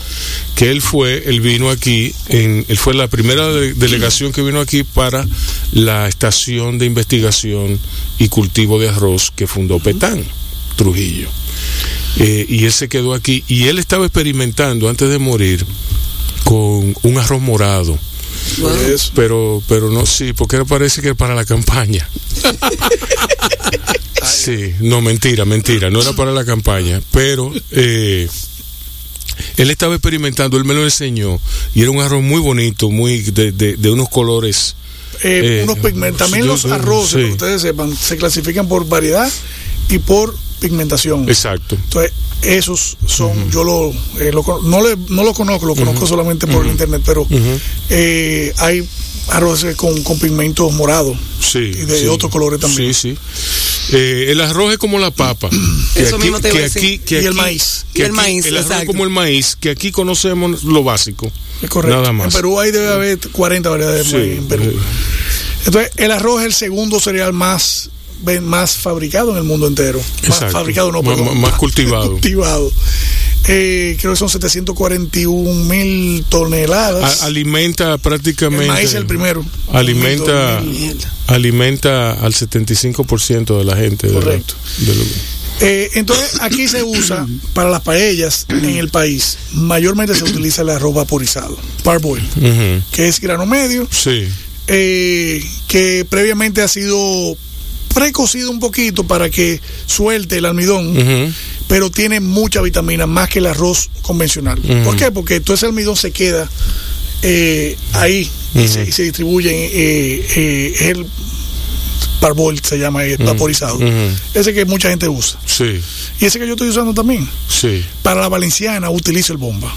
que él fue, él vino aquí, en, él fue la primera de, delegación que vino aquí para la estación de investigación y cultivo de arroz que fundó Petán, Trujillo. Eh, y él se quedó aquí y él estaba experimentando antes de morir con un arroz morado. Wow. Eh, Pero, pero no, sí, porque parece que era para la *laughs* campaña. Sí, no, mentira, mentira, no era para la campaña, pero eh, él estaba experimentando, él me lo enseñó, y era un arroz muy bonito, muy de, de, de unos colores. Eh, eh, unos pigmentos, también yo, los arroces, sí. que ustedes sepan, se clasifican por variedad y por pigmentación. Exacto. Entonces, esos son, uh -huh. yo lo, lo no, le, no, lo conozco, lo conozco uh -huh. solamente por uh -huh. el internet, pero eh, hay arroces con, con pigmentos morados sí, y de sí. otros colores también. Sí, sí. Eh, el arroz es como la papa. Que Eso aquí, mismo te que a decir. Aquí, que y aquí, el maíz. Que y el maíz, el arroz es como el maíz, que aquí conocemos lo básico. Es correcto. Nada más. En Perú ahí debe haber 40 variedades de maíz en Eh, Perú. Entonces, el arroz es el segundo cereal más más fabricado en el mundo entero. Exacto. Más fabricado, no, perdón, más, más, cultivado. *laughs* cultivado. Eh, creo que son 741 mil toneladas. Pues, A alimenta prácticamente. El maíz el primero. Alimenta, alimenta al 75% de la gente. Correcto. De la, de Eh, entonces, aquí se usa para las paellas en el país. Mayormente se utiliza el arroz vaporizado, parboil, Ujú. que es grano medio, Sí. eh, que previamente ha sido precocido un poquito para que suelte el almidón, Ujú. pero tiene mucha vitamina más que el arroz convencional. Ujú. ¿Por qué? Porque todo ese almidón se queda eh, ahí y, se, y se distribuye. eh, eh, es el parboil se llama eh, vaporizado. Ujú. Ese que mucha gente usa. Sí. Y ese que yo estoy usando también. Sí. Para la valenciana utilizo el bomba.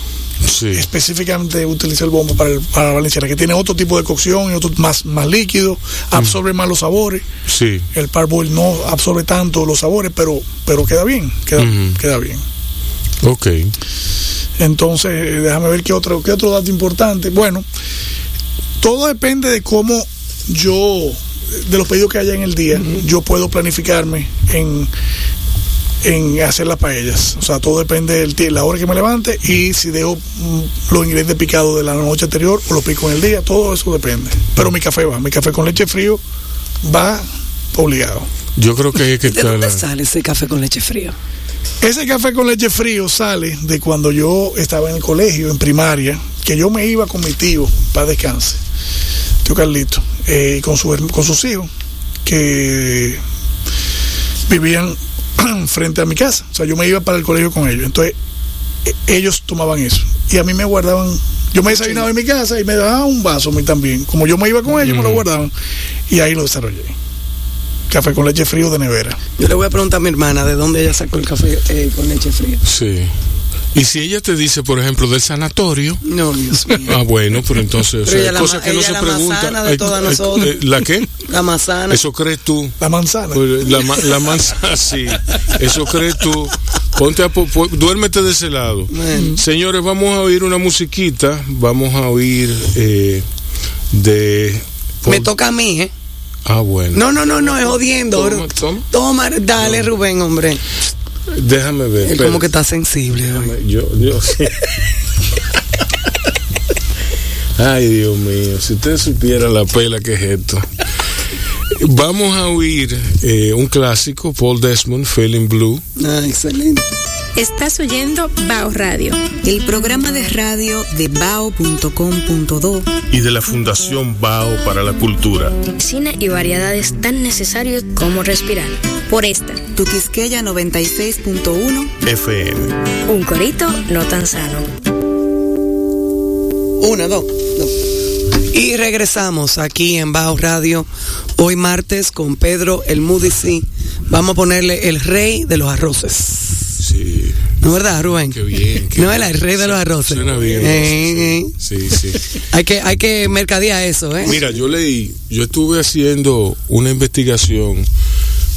Sí. Específicamente utilizo el bomba para, el- para la valenciana, que tiene otro tipo de cocción y otro más, más líquido, absorbe más los sabores. Sí. El parboil no absorbe tanto los sabores, pero, pero queda bien, queda, Ujú. queda bien. Ok. Entonces, eh, déjame ver qué otro, qué otro dato importante. Bueno, todo depende de cómo yo, de los pedidos que haya en el día, yo puedo planificarme en, en hacer las paellas. O sea, todo depende del tie- la hora que me levante y si dejo mm, los ingredientes picados de la noche anterior o los pico en el día, todo eso depende. Pero mi café va, mi café con leche frío va obligado. Yo creo que ahí es que *laughs* ¿De está dónde la. sale ese café con leche fría? Ese café con leche frío sale de cuando yo estaba en el colegio, en primaria, que yo me iba con mi tío, para descanse, tío Carlito, eh, con, su herm- con sus hijos, que vivían *clears throat* frente a mi casa. O sea, yo me iba para el colegio con ellos. Entonces, e- ellos tomaban eso. Y a mí me guardaban, yo me desayunaba en mi casa y me daban un vaso a mí también. Como yo me iba con Mm. ellos, me lo guardaban. Y ahí lo desarrollé. Café con leche frío de nevera. Yo le voy a preguntar a mi hermana de dónde ella sacó el café eh, con leche fría. Sí. Y si ella te dice, por ejemplo, del sanatorio. No, Dios mío. Ah, bueno, pero entonces, o Pero sea, ella la cosas ma- que no ella se la preguntan. manzana de Ay, todas ay, nosotras. eh, ¿La *laughs* qué? La manzana. Eso crees tú. La manzana. Pues, La, ma- la *laughs* manzana, sí. Eso crees tú. Ponte a po- po- duérmete de ese lado. Bueno. Señores, vamos a oír una musiquita. Vamos a oír eh, de. Me toca a mí, ¿eh? Ah, bueno. No, no, no, no, es jodiendo. Toma, bro. toma. Toma, dale, Rubén, hombre. Déjame ver. Él espera. como que está sensible. hoy. Yo, yo. *laughs* Ay, Dios mío, si usted supiera la pela que es esto. Vamos a oír eh, un clásico, Paul Desmond, Feeling Blue. Ah, excelente. Estás oyendo Bao Radio. El programa de radio de bao.com.do y de la Fundación Bao para la Cultura. Medicina y variedades tan necesarios como respirar. Por esta. Tuquisqueya 96.1 FM. Un corito no tan sano. Una, dos, dos. Y regresamos aquí en Bajo Radio, hoy martes con Pedro el Mudici. Vamos a ponerle el rey de los arroces. Sí, ¿No es verdad, Rubén? qué bien. qué No, bien. él es el rey de los arroces. Suena bien. Eh, eh. Sí, sí. Hay que, hay que mercadear eso, ¿eh? Mira, yo leí, yo estuve haciendo una investigación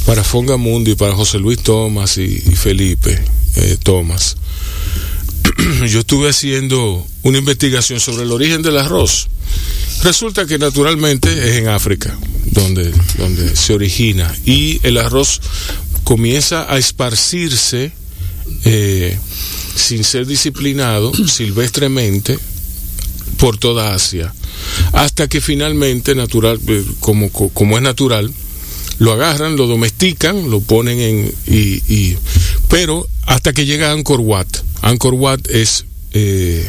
para Fonga Mundo y para José Luis Tomás y, y Felipe eh, Tomás. *clears throat* yo estuve haciendo una investigación sobre el origen del arroz. Resulta que naturalmente es en África donde, donde se origina y el arroz comienza a esparcirse eh, sin ser disciplinado *clears throat* silvestremente por toda Asia hasta que finalmente natural eh, como, co- como es natural lo agarran, lo domestican, lo ponen en y, y- pero hasta que llega a Angkor Wat. Angkor Wat es eh,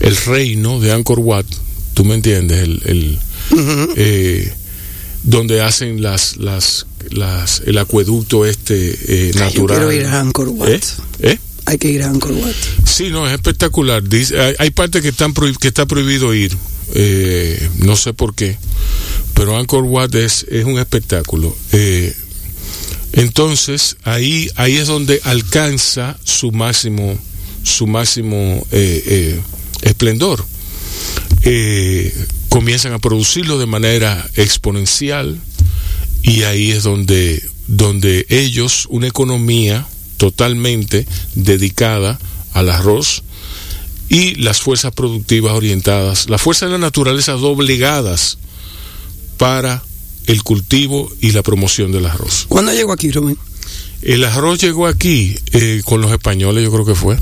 el reino de Angkor Wat, tú me entiendes, el, el, eh, donde hacen las las las el acueducto este eh, Yo natural. quiero ir a Angkor Wat. ¿Eh? ¿Eh? Hay que ir a Angkor Wat. Sí, no, es espectacular. Dice- hay, hay partes que, están prohib- que está prohibido ir. Eh, no sé por qué. Pero Angkor Wat es, es un espectáculo. Eh, entonces, ahí, ahí es donde alcanza su máximo, su máximo eh, eh, esplendor. Eh, comienzan a producirlo de manera exponencial y ahí es donde, donde ellos, una economía totalmente dedicada al arroz y las fuerzas productivas orientadas, las fuerzas de la naturaleza doblegadas para el cultivo y la promoción del arroz. ¿Cuándo llego aquí, Rubén? El arroz llegó aquí eh, con los españoles, yo creo que fue.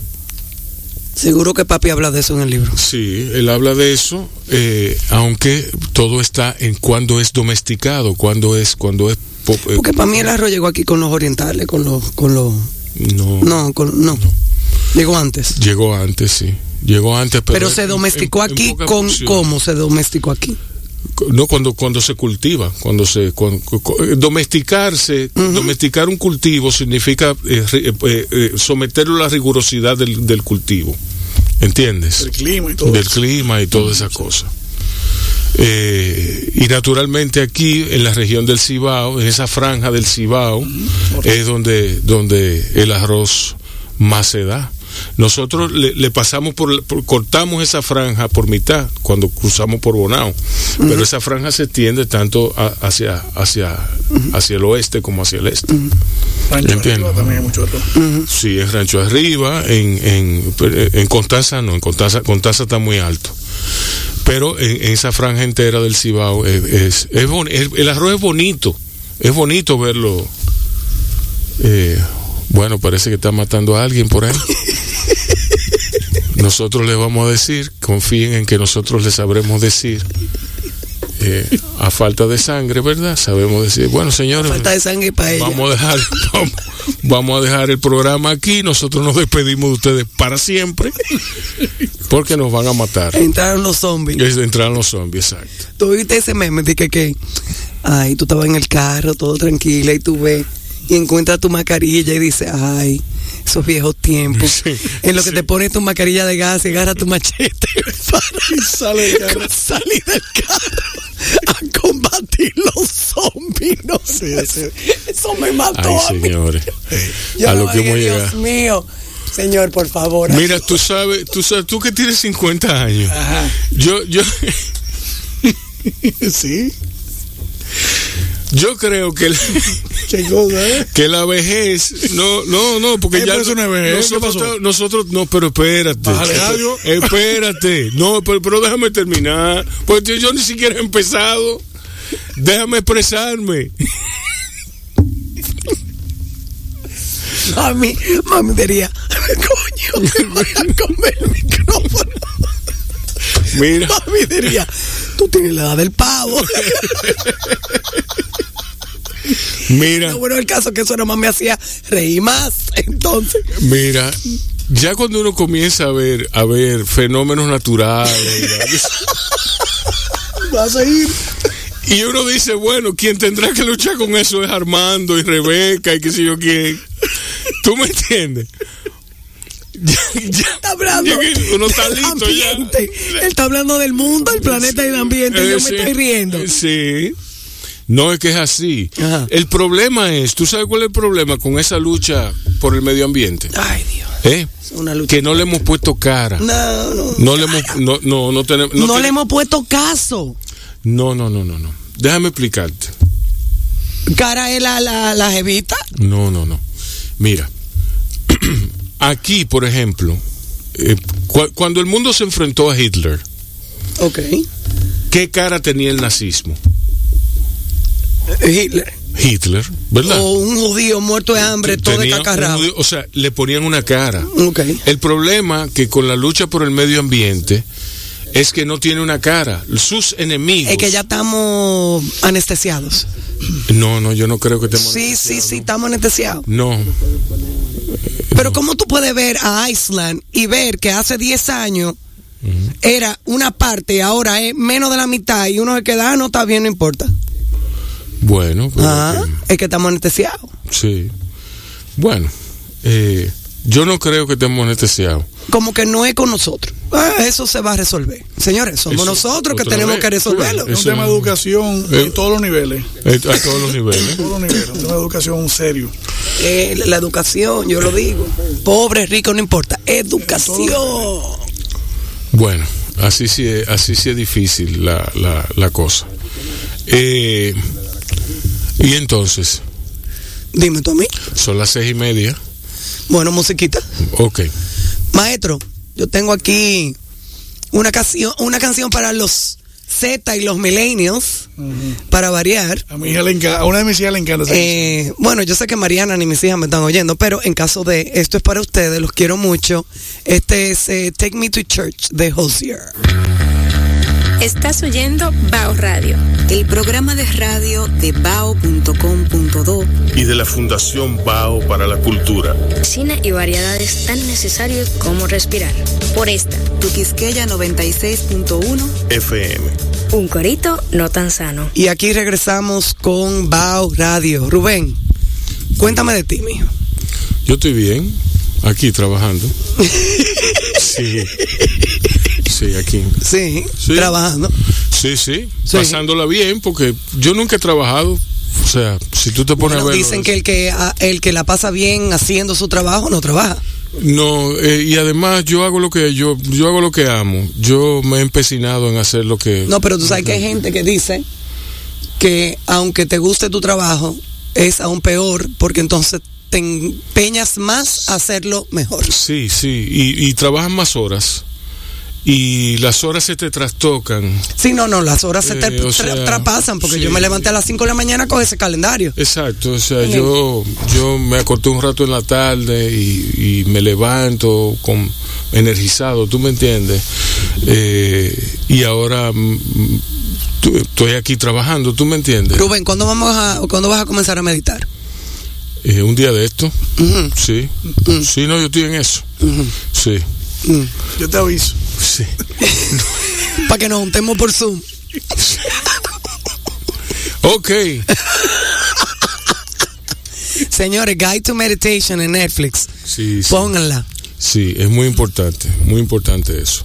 Seguro que papi habla de eso en el libro. Sí, él habla de eso, eh, aunque todo está en cuándo es domesticado, cuándo es, cuando es po- eh, Porque para mí el arroz llegó aquí con los orientales, con los, con los, no, no, con, no, llegó antes. Llegó antes, sí. Llegó antes, pero. Pero se en- domesticó en- en aquí poca con porción. cómo se domesticó aquí. No, cuando, cuando se cultiva, cuando se. cuan- cu- cu- eh, domesticarse, domesticar un cultivo significa eh, ri- eh, eh, eh, someterlo a la rigurosidad del, del cultivo. ¿Entiendes? El clima y todo. del eso. clima y todas esas cosas. Eh, y naturalmente aquí en la región del Cibao, en esa franja del Cibao, es donde, donde el arroz más se da. Nosotros le, le pasamos por, por- cortamos esa franja por mitad cuando cruzamos por Bonao, pero esa franja se extiende tanto a- hacia, hacia, hacia el oeste como hacia el este. Rancho arriba Entiendo. También hay mucho arroz. Sí, es Rancho Arriba, en, en, eh, en Constanza no, en Constanza, Constanza está muy alto. Pero en, en esa franja entera del Cibao es, es, es boni- el, el arroz es bonito, es bonito verlo. Eh, bueno, parece que está matando a alguien por ahí. Nosotros le vamos a decir, confíen en que nosotros le sabremos decir, eh, a falta de sangre, ¿verdad? Sabemos decir, bueno, señores, Falta de sangre para ella. Vamos a dejar, *laughs* vamos, vamos a dejar el programa aquí. Nosotros nos despedimos de ustedes para siempre, porque nos van a matar. Entraron los zombies. Es de entrar los zombies, exacto. Tú viste ese meme, dije que, ay, tú estabas en el carro, todo tranquila, y tú ves, y encuentras tu mascarilla y dices, ay, esos viejos tiempos. Sí, en lo que sí. te pones tu mascarilla de gas y agarras tu machete *laughs* para con *laughs* salir del carro a combatir los zombies. No sé, eso me mató Ay, a mí. señores. Yo A no lo que dije, hemos Dios llegado. mío, señor, por favor. Mira, tú sabes, tú sabes, tú que tienes 50 años. Ajá. Yo, yo, *laughs* sí, yo creo que la, qué cosa, ¿eh? que la vejez, no, no, no, porque Eh, ya pero eso no es vejez, nosotros, ¿qué pasó? ta- nosotros, no, pero espérate, Bájale radio. espérate, no, pero, pero déjame terminar, porque yo ni siquiera he empezado, déjame expresarme. Mami, mami diría, coño, me voy a comer el micrófono. *laughs* Mira, Mami diría, tú tienes la edad del pavo. *laughs* mira, Lo bueno el caso es que eso nomás me hacía reír más. Entonces, mira. Ya cuando uno comienza a ver, a ver fenómenos naturales *laughs* Vas a ir. y uno dice, bueno, quien tendrá que luchar con eso es Armando y Rebeca y qué sé yo *laughs* quién. ¿Tú me entiendes? Ya, ya- está hablando ya que uno está del listo ya. ambiente. Él está hablando del mundo, el planeta y el ambiente. Eh, Yo me sí. estoy riendo. Eh, Sí. No es que es así. Ajá. El problema es, ¿tú sabes cuál es el problema con esa lucha por el medio ambiente? Ay, Dios. ¿Eh? Una lucha. Que no le hemos puesto cara. No, no. No le hemos, no, no, no tenemos, no, No, le tenemos- hemos puesto caso. no, no, no, no, no. Déjame explicarte. Cara es la, la, la jevita. No, no, no. Mira, *clears throat* aquí, por ejemplo, eh, cu- cuando el mundo se enfrentó a Hitler, Ok. ¿qué cara tenía el nazismo? Hitler. Hitler, ¿verdad? O un judío muerto de hambre, Oh, todo Tenía un descacarrado. judío- o sea, le ponían una cara. Ok. El problema que con la lucha por el medio ambiente es que no tiene una cara. Sus enemigos. Es que ya estamos anestesiados. No, no, yo no creo que te Sí, sí, sí, estamos anestesiados. No, Pero ¿cómo tú puedes ver a Iceland y ver que hace 10 años era una parte y ahora es menos de la mitad y uno se queda, ah, no está bien, no importa? bueno. pero Ah, que- es que estamos anestesiados. Sí. Bueno, eh, yo no creo que estemos anestesiados. Como que no es con nosotros. Ah, eso se va a resolver. Señores, somos Eso, nosotros que otra tenemos vez, que resolverlo. claro, Eso Es un tema de no. educación Eh. en todos los niveles. eh, A todos los niveles. En todos los niveles. Un tema de educación serio. Eh, la educación, yo lo digo. Pobre, rico, no importa. Educación. Bueno, así sí es, así sí es difícil la, la, la cosa. Eh, y entonces, Dime tú a mí. son las seis y media. Bueno, musiquita. Ok. Maestro, yo tengo aquí una canción, una canción para los Z y los millennials, para variar. A mi hija le encanta, a una de mis hijas le encanta. esa canción. Eh, bueno, yo sé que Mariana ni mis hijas me están oyendo, pero en caso de esto es para ustedes, los quiero mucho. Este es eh, Take Me to Church de Hosier. Estás oyendo Bao Radio. El programa de radio de bao.com.do y de la Fundación Bao para la Cultura. Cine y variedades tan necesarios como respirar. Por esta, Tu Quisqueya 96.1 FM. Un corito no tan sano. Y aquí regresamos con Bao Radio. Rubén, cuéntame de ti, mijo. Yo estoy bien, aquí *laughs* trabajando. Sí. Sí, aquí. Sí, Sí. trabajando. Sí, sí, Sí. Pasándola bien, porque yo nunca he trabajado. O sea, si tú te pones Bueno, a ver. dicen que el que a- el que la pasa bien haciendo su trabajo no trabaja. No, eh, y además yo hago lo que yo, yo hago lo que amo. Yo me he empecinado en hacer lo que. No, pero tú sabes que hay gente que dice que aunque te guste tu trabajo, es aún peor porque entonces te empeñas más a hacerlo mejor. Sí, sí. Y, y trabajan más horas. Y las horas se te trastocan. Sí, no, no, las horas se te Eh, o sea, trapasan porque yo sí. me levanté a las 5 de la mañana con ese calendario. Exacto, o sea, yo, yo me acosté un rato en la tarde y, y me levanto con energizado, ¿tú me entiendes? Eh, y ahora mm, tu- estoy aquí trabajando, ¿tú me entiendes? Rubén, ¿cuándo, vamos a, ¿cuándo vas a comenzar a meditar? Eh, un día de esto, Ujú, sí. Sí, no, yo estoy en eso. Sí, ujú. Yo te aviso. sí. Para que nos juntemos por Zoom. Ok, Señores, Guide to Meditation en Netflix. sí, sí, Pónganla. sí, es muy importante, muy importante eso.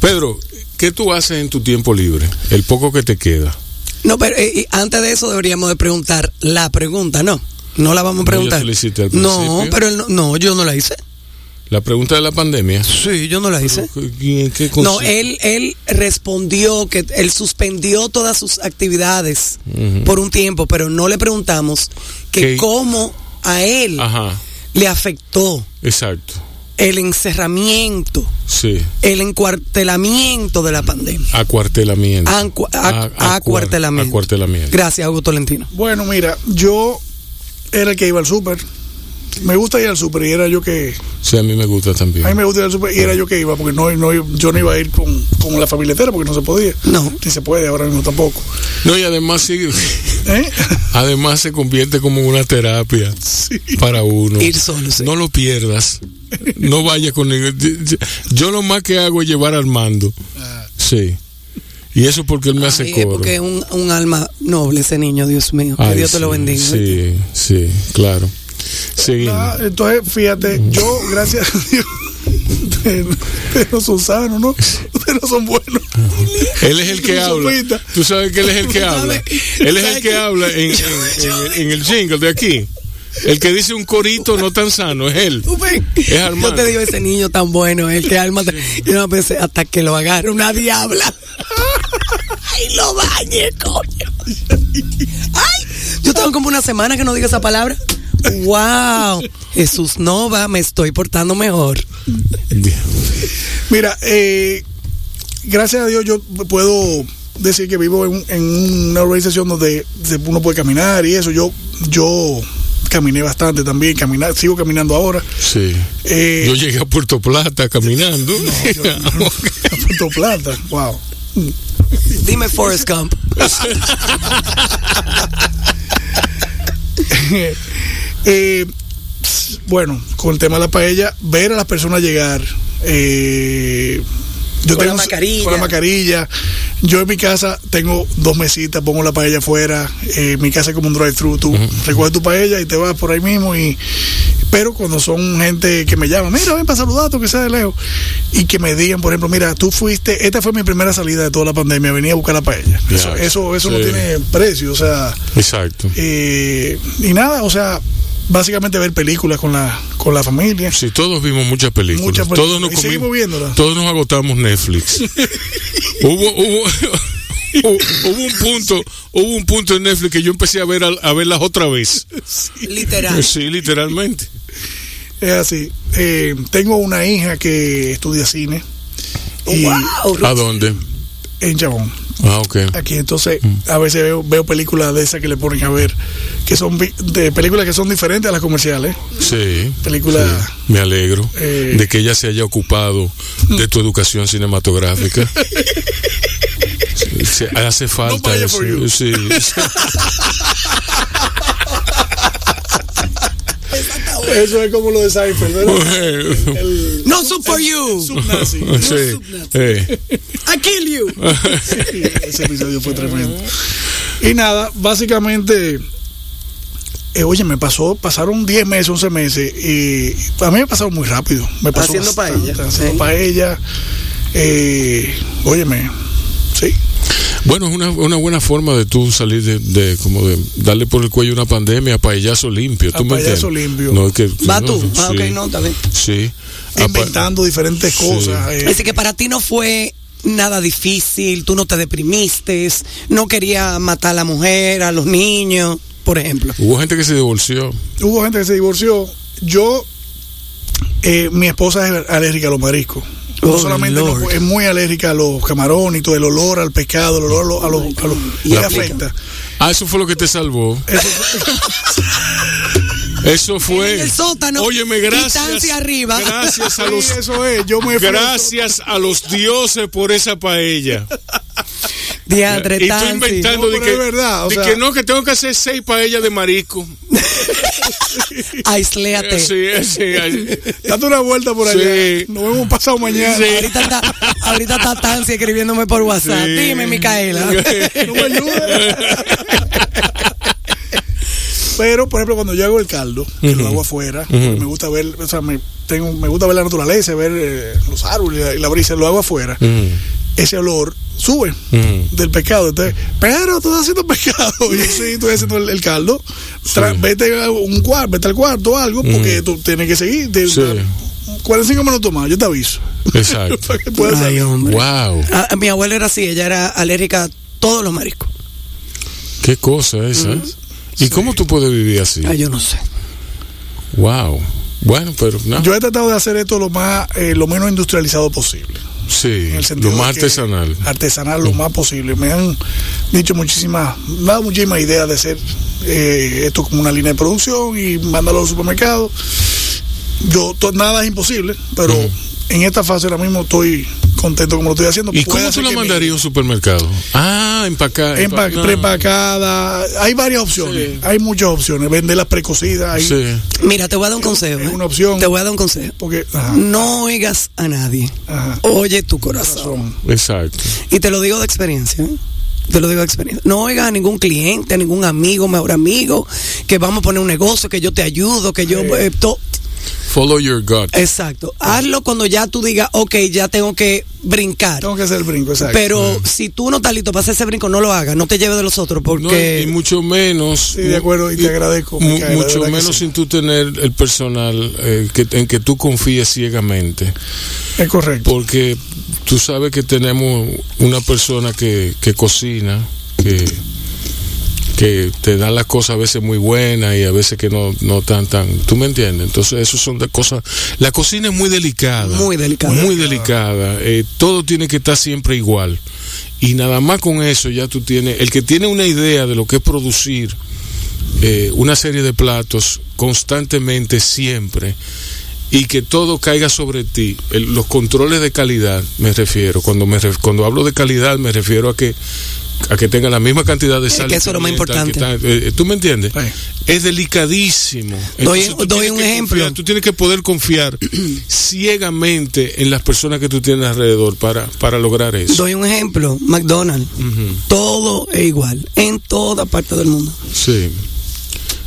Pedro, ¿qué tú haces en tu tiempo libre? El poco que te queda. No, pero eh, y antes de eso deberíamos de preguntar la pregunta, ¿no? No la vamos No, a ya preguntar. tú la hiciste al No, principio. pero él no, no, yo no la hice. La pregunta de la pandemia. Sí, yo no la hice. ¿Y en qué No, eh, consiste? él, él respondió que él suspendió todas sus actividades Ujú. por un tiempo, pero no le preguntamos que ¿Qué? cómo a él Ajá, le afectó exacto. el encerramiento, Sí, el encuartelamiento de la pandemia. acuartelamiento. Ancu- ac- A- acuar- acuartelamiento. acuartelamiento. Gracias, Hugo Tolentino. Bueno, mira, yo era el que iba al súper. Me gusta ir al súper y era yo que. Sí, a mí me gusta también. A mí me gusta ir al súper y era yo que iba, porque no, no, yo no iba a ir con, con la familia entera porque no se podía. No. Ni se puede ahora mismo tampoco. No, y además sí, ¿Eh? *laughs* *laughs* además se convierte como en una terapia para uno. Ir solo, sí. No lo pierdas. No vayas con ningún- Yo lo más que hago es llevar al mando. Ah. Sí. Y eso porque él me hace Ay, coro. porque es un, un alma noble ese niño, Dios mío. que Ay, Dios te sí, lo bendiga. Sí, sí, claro. Seguimos. Nada, Ah, entonces, fíjate, yo, gracias a Dios, *laughs* ustedes ustedes no son sanos, ¿no? Ustedes no son buenos. Él es *laughs* el que Tú habla. supiste. Tú sabes que él es el *laughs* que Tú sabes. habla. Él es ¿Sabes el que qué? habla *laughs* en, en- en- en el jingle de aquí. El que dice un corito no tan sano es él. Tú ven, Es Armando. Yo te digo, ese niño tan bueno, el que alma. Yo no pensé, hasta que lo agarre una diabla. *laughs* Ay, lo bañe, coño. Ay, yo tengo como una semana que no digo esa palabra. Wow, Jesús Nova, me estoy portando mejor. Mira, eh, gracias a Dios yo puedo decir que vivo en, en una organización donde se- uno puede caminar y eso. Yo, yo caminé bastante también, caminar, sigo caminando ahora. Sí. Eh, Yo llegué a Puerto Plata caminando. a Puerto Plata, wow. Dime Forrest Gump. *laughs* Eh, ps, bueno, con el tema de la paella, ver a las personas llegar. eh, yo Con la un- mascarilla. Con la mascarilla. Yo en mi casa tengo dos mesitas, pongo la paella afuera. eh, mi casa es como un drive-thru. Tú recoges tu paella y te vas por ahí mismo. y Pero cuando son gente que me llama, mira, ven para saludarte, que sea de lejos. Y que me digan, por ejemplo, mira, tú fuiste, esta fue mi primera salida de toda la pandemia, venía a buscar la paella. Ya, Eso, eso, eso no sí. tiene precio, o sea. *laughs* Exacto. Eh, y nada, o sea, básicamente ver películas con la, con la familia. Sí, todos vimos muchas películas. Muchas películas. Todos nos Y seguimos comimos- viéndolas. Todos nos agotamos *laughs* Netflix. hubo, hubo, *laughs* hu- hubo un punto, hubo un punto en Netflix que yo empecé a ver al- a verlas otra vez. Literal. Sí, literalmente. Es así. Eh, tengo una hija que estudia cine y Oh, Wow, ¿A dónde? en Chabón. Ah, ok. Aquí entonces a veces veo, veo películas de esas que le ponen a ver, que son vi- de películas que son diferentes a las comerciales. Sí. Película- sí. Me alegro Eh. *laughs* de que ella se haya ocupado de tu educación cinematográfica. Hace, hace No falta vaya eso. por you. Sí, sí. *laughs* Eso es como lo de Seinfeld, ¿verdad? El No soup for you. subnazi. *laughs* Sí, eh. *laughs* I kill you. Ah, *laughs* Ese episodio fue tremendo. Y nada, básicamente, eh, oye, me pasó, pasaron 10 meses, 11 meses, y a mí me pasaron muy rápido. Me pasó Haciendo bastante, paella. Haciendo Sí. paella. Eh, óyeme, sí. Bueno, es una, una buena forma de tú salir de, de como de darle por el cuello una pandemia a payaso limpio. A ¿Tú me entiendes? payaso limpio. No, es que, que Va no, tú. Ah, sí, ok, no, está bien. Sí. A pa- Inventando diferentes pues, Sí. cosas. eh, Así que para ti no fue nada difícil, tú no te deprimiste, no querías matar a la mujer, a los niños, por ejemplo. Hubo gente que se divorció. hubo gente que se divorció. Yo, eh, mi esposa es alérgica a los mariscos. No Oh, solamente Lord. no- es muy alérgica a los camarones y todo, el olor al pescado, el olor a los. A los, a los- Y le la afecta. Ah, eso fue lo que te salvó. Eso fue. En el sótano, Óyeme, gracias. distancia arriba. Gracias a Sí, los. eso es, yo me Gracias a los dioses por esa paella. Diandre, Y tú Tansi. inventando No, de pero que, es verdad, o de sea- que no, que tengo que hacer seis paellas de marisco. Eh, Aisléate. Sí, sí, sí. *laughs* Date una vuelta por allá. Sí. Nos vemos pasado mañana. Sí. Ahorita está, ahorita está Tansi escribiéndome por WhatsApp. Sí. *laughs* Dime, Micaela. No me ayudes. Pero, por ejemplo, cuando yo hago el caldo, que lo hago afuera, porque me gusta ver, o sea, me, tengo, me gusta ver la naturaleza, ver eh, los árboles y la, y la brisa, lo hago afuera. Mm, Ese olor sube del pescado. Entonces, pero tú estás haciendo pescado. *laughs* Y yo, sí, estoy haciendo el, el caldo. Tra- Vete a un cuarto, vete al cuarto o algo, porque tú tienes que seguir. Te- Sí. 45 minutos más, yo te aviso. Exacto. *laughs* Para que puedas Ay, salir. hombre. Wow, Ah, mi abuela era así, ella era alérgica a todos los mariscos. qué cosa esa. Mm. ¿Y cómo tú puedes vivir así? Ah, yo no sé. Wow. Bueno, pero no. Yo he tratado de hacer esto lo más eh, lo menos industrializado posible. sí, En el sentido lo más de que- ah, artesanal. Artesanal lo más posible. Me han dicho muchísimas, me han dado muchísimas ideas de hacer eh, esto como una línea de producción y mandarlo al supermercado. Yo, to- nada es imposible, pero en esta fase ahora mismo estoy contento como lo estoy haciendo. ¿Y Puede cómo tú ser la que mi- mandarías a un supermercado? Ah, empacada. empa- Prepacada, hay varias opciones, hay muchas opciones. Venderlas precocidas, hay, Ah, Sí. Mira, te voy a dar un consejo. es ¿eh? una opción. Te voy a dar un consejo. porque ajá, No oigas a nadie. ajá, Oye tu corazón. son- Exacto. Y te lo digo de experiencia. ¿eh? Te lo digo de experiencia. No oigas a ningún cliente, a ningún amigo, mejor amigo, que vamos a poner un negocio, que yo te ayudo, que yo... eh, to- Follow your Eh, gut. Exacto. Hazlo cuando ya tú digas, ok, ya tengo que brincar. tengo que hacer el brinco, exacto. Pero Mm. si tú no estás listo para hacer ese brinco, no lo hagas. No te lleves de los otros No, porque... y mucho menos. Sí, de acuerdo, y te agradezco, mu- Micaela, de mucho verdad que menos sí. sin tú tener el personal eh, que, en que tú confíes ciegamente. es correcto. Porque tú sabes que tenemos una persona que, que cocina, que, que te da las cosas a veces muy buenas y a veces que no, no tan tan. ¿Tú me entiendes? Entonces, eso son de cosas. La cocina es muy delicada. Muy delicada. Muy delicada. Eh, todo tiene que estar siempre igual. Y nada más con eso ya tú tienes. El que tiene una idea de lo que es producir eh, una serie de platos constantemente, siempre, y que todo caiga sobre ti. El- los controles de calidad, me refiero. Cuando me ref- cuando hablo de calidad, me refiero a que a que tenga la misma cantidad de Sí, sal. y que eso es lo más pimienta, que importante. tal, eh, eh, ¿Tú me entiendes? Sí. Es delicadísimo. Doy- Entonces, tú doy tienes un que ejemplo. confiar, tú tienes que poder *clears throat* confiar ciegamente en las personas que tú tienes alrededor para, para lograr eso. Doy un ejemplo, McDonald's. Todo es igual, en toda parte del mundo. Sí.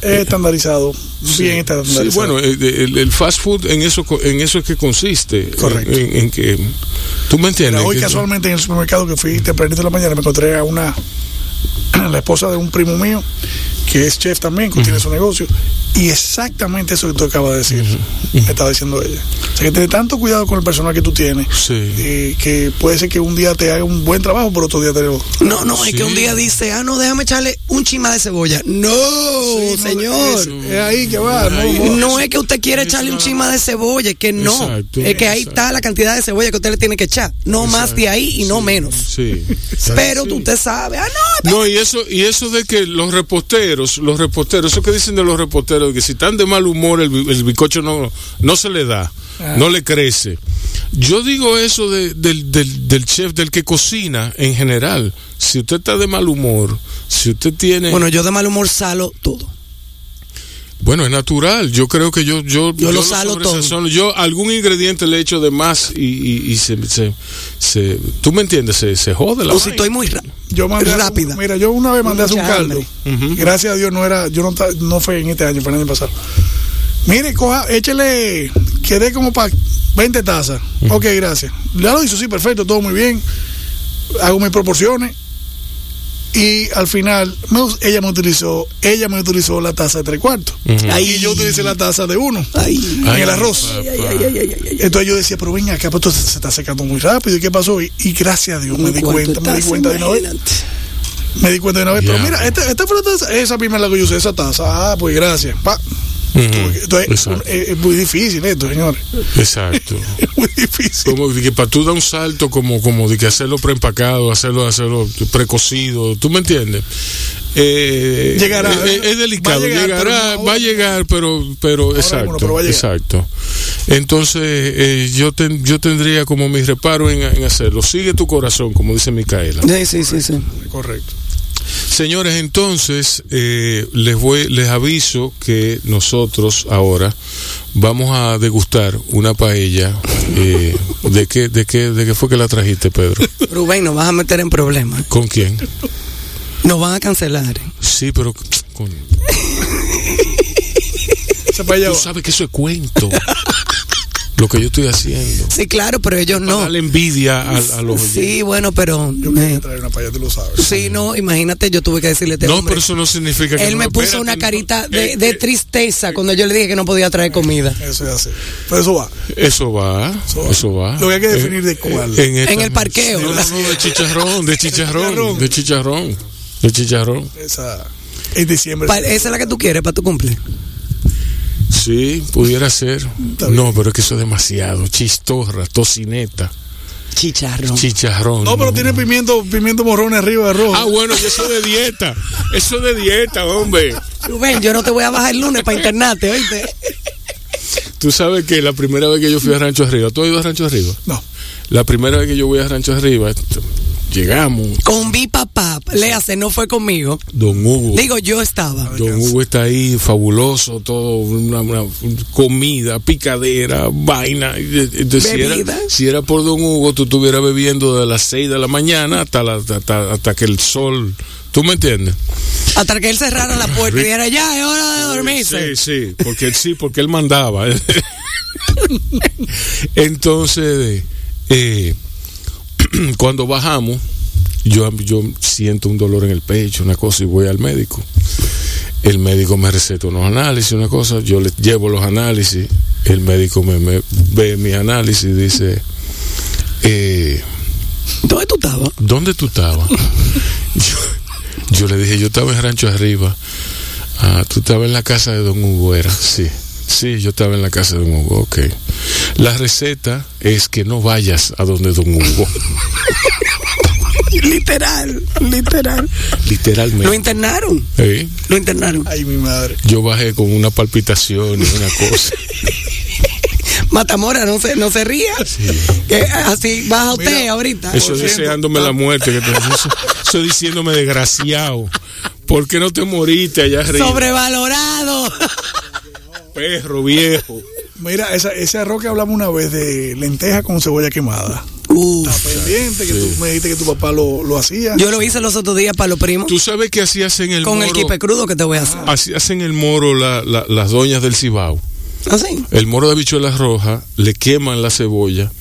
Es Eh, estandarizado, bien estandarizado. Sí, bueno, eh, de- el, el fast food en eso co- en eso es que consiste. Correcto. En, en que tú me entiendes. Mira, hoy Que- casualmente en el supermercado que fui tempranito en la mañana me encontré a una *clears throat* la esposa de un primo mío que es chef también, que tiene su negocio y exactamente eso que tú acabas de decir me estaba diciendo ella. O sea, que tener tanto cuidado con el personal que tú tienes Sí. eh, que puede ser que un día te haga un buen trabajo, pero otro día te lo No, no, es Sí. que un día dice, ah, no, déjame echarle un chima de cebolla. No, Sí, no, señor. Es, es ahí que va, no, No, no. es que usted quiere echarle un chima de cebolla, es que no. Exacto. es que ahí Exacto. está la cantidad de cebolla que usted le tiene que echar. No más de ahí y no menos. Sí. *laughs* Pero Sí. tú usted sabe, ah, no, No, y eso, y eso de que los reposteros reposteros, los reposteros, eso que dicen de los reposteros, que si están de mal humor el, bi- el bizcocho no, no se le da, no le crece. Yo digo eso de- del, del- del chef, del que cocina en general. Si usted está de mal humor, si usted tiene... Bueno, yo de mal humor salo todo. Bueno, es natural. Yo creo que yo yo Yo lo salo todo. sobresazono. Yo algún ingrediente le echo de más y, y- y se, se- se- tú me entiendes, se, se jode la o si vaina. estoy muy ra- Yo mandé a- rápida. mira, yo una vez mandé a hacer un Mucha caldo. hambre. Gracias a Dios no era, yo no, ta- no fue en este año, fue en el año pasado. Mire, coja, échele, quedé como para 20 tazas. Ok, gracias. Ya lo hizo, sí, perfecto, todo muy bien. Hago mis proporciones. Y al final, me us- ella me utilizó, ella me utilizó la taza de tres cuartos. Ahí yo utilicé la taza de uno. Ay, Ay, en el arroz. papá. Entonces yo decía, pero ven acá, pues esto se se está secando muy rápido. ¿Y qué pasó? Y, y gracias a Dios me di cuenta, me di cuenta de una vez. Me di cuenta de una vez, pero Ya. mira, esta, esta fue la taza, esa misma es la que yo usé, esa taza. Ah, pues gracias. Pa. Ujú. Entonces, Mm, Exacto. es, es muy difícil esto, señores. *laughs* Exacto. Es muy difícil. *laughs* Como de que para tú dar un salto, como, como de que hacerlo preempacado, hacerlo, hacerlo precocido, ¿tú me entiendes? Eh, Llegará. Es, es delicado, Va a llegar, llegará, pero no va a ahora. llegar, pero, pero exacto. bueno, pero va a llegar. Exacto. Entonces, eh, yo, ten- yo tendría como mis reparos en, en hacerlo. Sigue tu corazón, como dice Micaela. Sí, sí, sí, sí. Correcto. Señores, entonces eh, les voy, les aviso que nosotros ahora vamos a degustar una paella. eh, ¿De qué, de qué, de qué fue que la trajiste, Pedro? Rubén, nos vas a meter en problemas. ¿Con quién? Nos van a cancelar. Sí, pero coño, Se para allá tú va. sabes que eso es cuento. Lo que yo estoy haciendo. Sí, claro, pero ellos No. no. Dale envidia a, a los oyentes. Sí, bueno, pero. Yo quería eh, traer una para allá, tú lo sabes. sí, no, imagínate, yo tuve que decirle. a este No, hombre. pero eso no significa que Él no- me puso espérate, una no. carita de, Eh, de eh, tristeza cuando yo le dije que no podía traer comida. Eso es así. Pero eso va. Eso va, Eso va. eso va. Lo que hay que Eh, definir de cuál. eh, esta- En el parqueo. No, no, no, de chicharrón, de chicharrón, Chicharrón. de chicharrón, de chicharrón. Esa, en diciembre. Pa- esa es la que tú quieres para tu cumple. Sí, pudiera ser. No, pero es que eso es demasiado. Chistorra, tocineta, Chicharrón. chicharrón. no, pero tiene pimiento, pimiento morrón arriba de rojo. Ah, bueno, y eso de dieta. Eso de dieta, hombre. Rubén, yo no te voy a bajar el lunes para internarte, ¿oíste? Tú sabes que la primera vez que yo fui a Rancho Arriba, ¿tú has ido a Rancho Arriba? No. La primera vez que yo voy a Rancho Arriba, t- llegamos, Con mi papá, léase, no fue conmigo. don Hugo. Digo, yo estaba. Don Hugo está ahí, fabuloso, todo, una, una comida, picadera, vaina. Y- y- entonces, si, era, Bebida. si era por Don Hugo, tú estuvieras bebiendo de las 6 de la mañana hasta, la- hasta, hasta que el sol... ¿Tú me entiendes? Hasta que él cerrara la puerta y dijera, ya, es hora de dormirse. Sí, sí, porque él- sí, porque él mandaba. *laughs* Entonces, eh, *clears throat* cuando bajamos, yo, yo siento un dolor en el pecho, una cosa, y voy al médico. El médico me receta unos análisis, una cosa, yo le llevo los análisis, el médico me, me ve mis análisis y dice, eh, ¿Dónde tú estabas? ¿dónde tú estabas? *laughs* yo, yo le dije, yo estaba en Rancho Arriba. Ah, tú estabas en la casa de Don Hugo, era. Sí, sí, yo estaba en la casa de Don Hugo, ok. La receta es que no vayas a donde Don Hugo, Literal, literal. Lo *laughs* literalmente. internaron, Sí. lo internaron. Ay, mi madre. Yo bajé con una palpitación y una *laughs* cosa. Matamora, no se, no se ría. Que así baja usted Mira, ahorita. Eso Por cierto, deseándome la muerte. Que te- eso, eso diciéndome desgraciado. ¿Por qué no te moriste allá arriba? Sobrevalorado. Perro viejo. Mira, esa, ese arroz que hablamos una vez de lenteja con cebolla quemada. Uf. Pendiente, que tú me dijiste que tu papá lo, lo hacía. Yo lo hice los otros días para los primos. ¿Tú sabes qué hacías en el con el moro? kipe crudo que te voy a hacer. Así hacen el moro la- la- las doñas del Cibao. Así. El moro de habichuelas rojas, le queman la cebolla,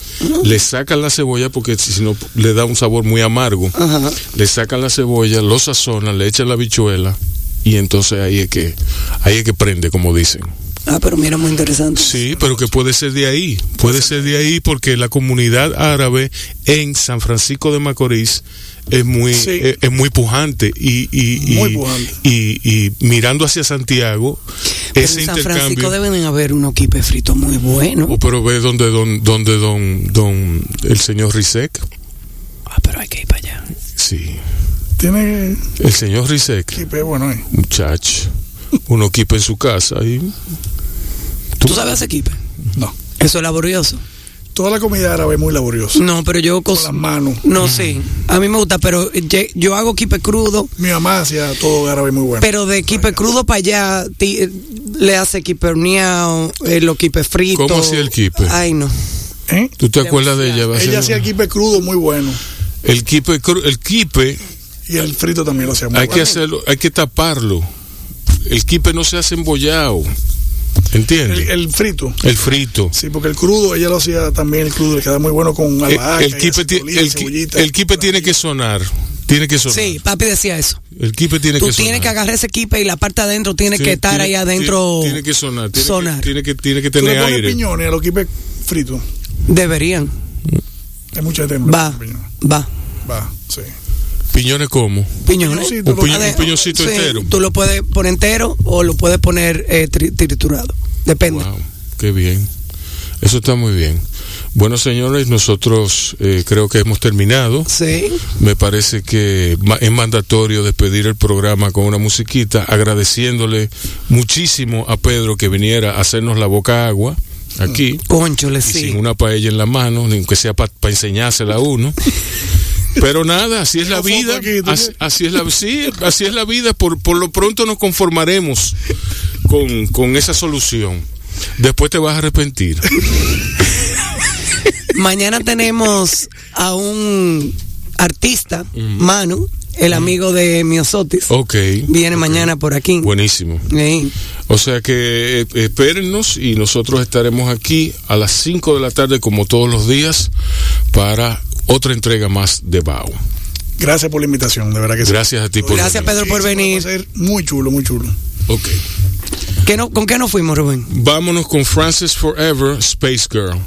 le sacan la cebolla porque si si no le da un sabor muy amargo. Ajá. Le sacan la cebolla, lo sazonan, le echan la habichuela y entonces ahí es que ahí es que prende, como dicen. Ah, pero mira, muy interesante. Sí, pero que puede ser de ahí, puede ser de ahí porque la comunidad árabe en San Francisco de Macorís es muy Sí. es, es muy pujante y y, y- Muy pujante. y- y mirando hacia Santiago Pero ese en San intercambio Francisco deben haber unos kipe fritos muy Oh, buenos. pero ve donde don, donde don, don el señor Risek. Ah, pero hay que ir para allá. Sí. tiene El señor Rizek, que ver, bueno. eh. muchacho, uno equipa en su casa y ¿Tú sabes hacer kipe? No. Eso es laborioso. Toda la comida árabe es muy laboriosa. No, pero yo Con cos- las manos. No, sí. A mí me gusta, pero ye- yo hago kipe crudo. Mi mamá hacía todo árabe muy bueno. Pero de kipe crudo para allá, ti- le hace kipe horneado, eh, lo kipe frito. ¿Cómo hacía el kipe? Ay, no. ¿Eh? tú te acuerdas de ella. va a ser- Ella hacía kipe crudo muy bueno. El kipe, cru- el kipe Y el frito también lo hacía muy hay que bueno. hacerlo, hay que taparlo. El kipe no se hace embollado, El, ¿entiendes? el frito. El frito. Sí, porque el crudo, ella lo hacía también el crudo, le queda muy bueno con El, albahaca. Eh, el y kipe, ti- aceitolina, el ki- cebollita. el kipe tiene que sonar, tiene que sonar. Sí, papi decía eso. El kipe tiene Tú que sonar. tienes que agarrar ese kipe y la parte adentro tiene Tiene- que estar tiene- ahí tiene- adentro. Tiene que sonar. Tiene, sonar. Que, tiene, que, tiene que Tú le tener pones aire. piñones a los kipes fritos. Deberían. Hay mucha gente que le Va, pone piñones. va. Va, sí. Piñones como. Piñones. Piñoncito, Un, lo- piño- Ade- un piñoncito sí, entero. Tú lo puedes poner entero o lo puedes poner eh, tri- triturado. Depende. Wow, qué bien. Eso está muy bien. Bueno, señores, nosotros eh, creo que hemos terminado. Sí. Me parece que ma- es mandatorio despedir el programa con una musiquita, agradeciéndole muchísimo a Pedro que viniera a hacernos la boca agua aquí. Conchole, y sí. sin una paella en la mano, ni que sea para enseñársela a uno. Pero nada, así es la Una foto vida, aquí, ¿tú así, qué? así es la sí, así es la vida, por, por lo pronto nos conformaremos con, con esa solución. Después te vas a arrepentir. Mañana tenemos a un artista, Mm. Manu, el amigo de Miosotis. Oh, Ok. Viene mañana por aquí. Buenísimo. Sí. O sea que eh, espérennos y nosotros estaremos aquí a las 5 de la tarde como todos los días para otra entrega más de BAO. Gracias por la invitación, de verdad que sí. Gracias a ti por venir. Gracias, Pedro, por Sí, se venir. la pasé Muy chulo, muy chulo. Ok. ¿Qué no, ¿Con qué nos fuimos, Rubén? Vámonos con Frances Forever, Space Girl.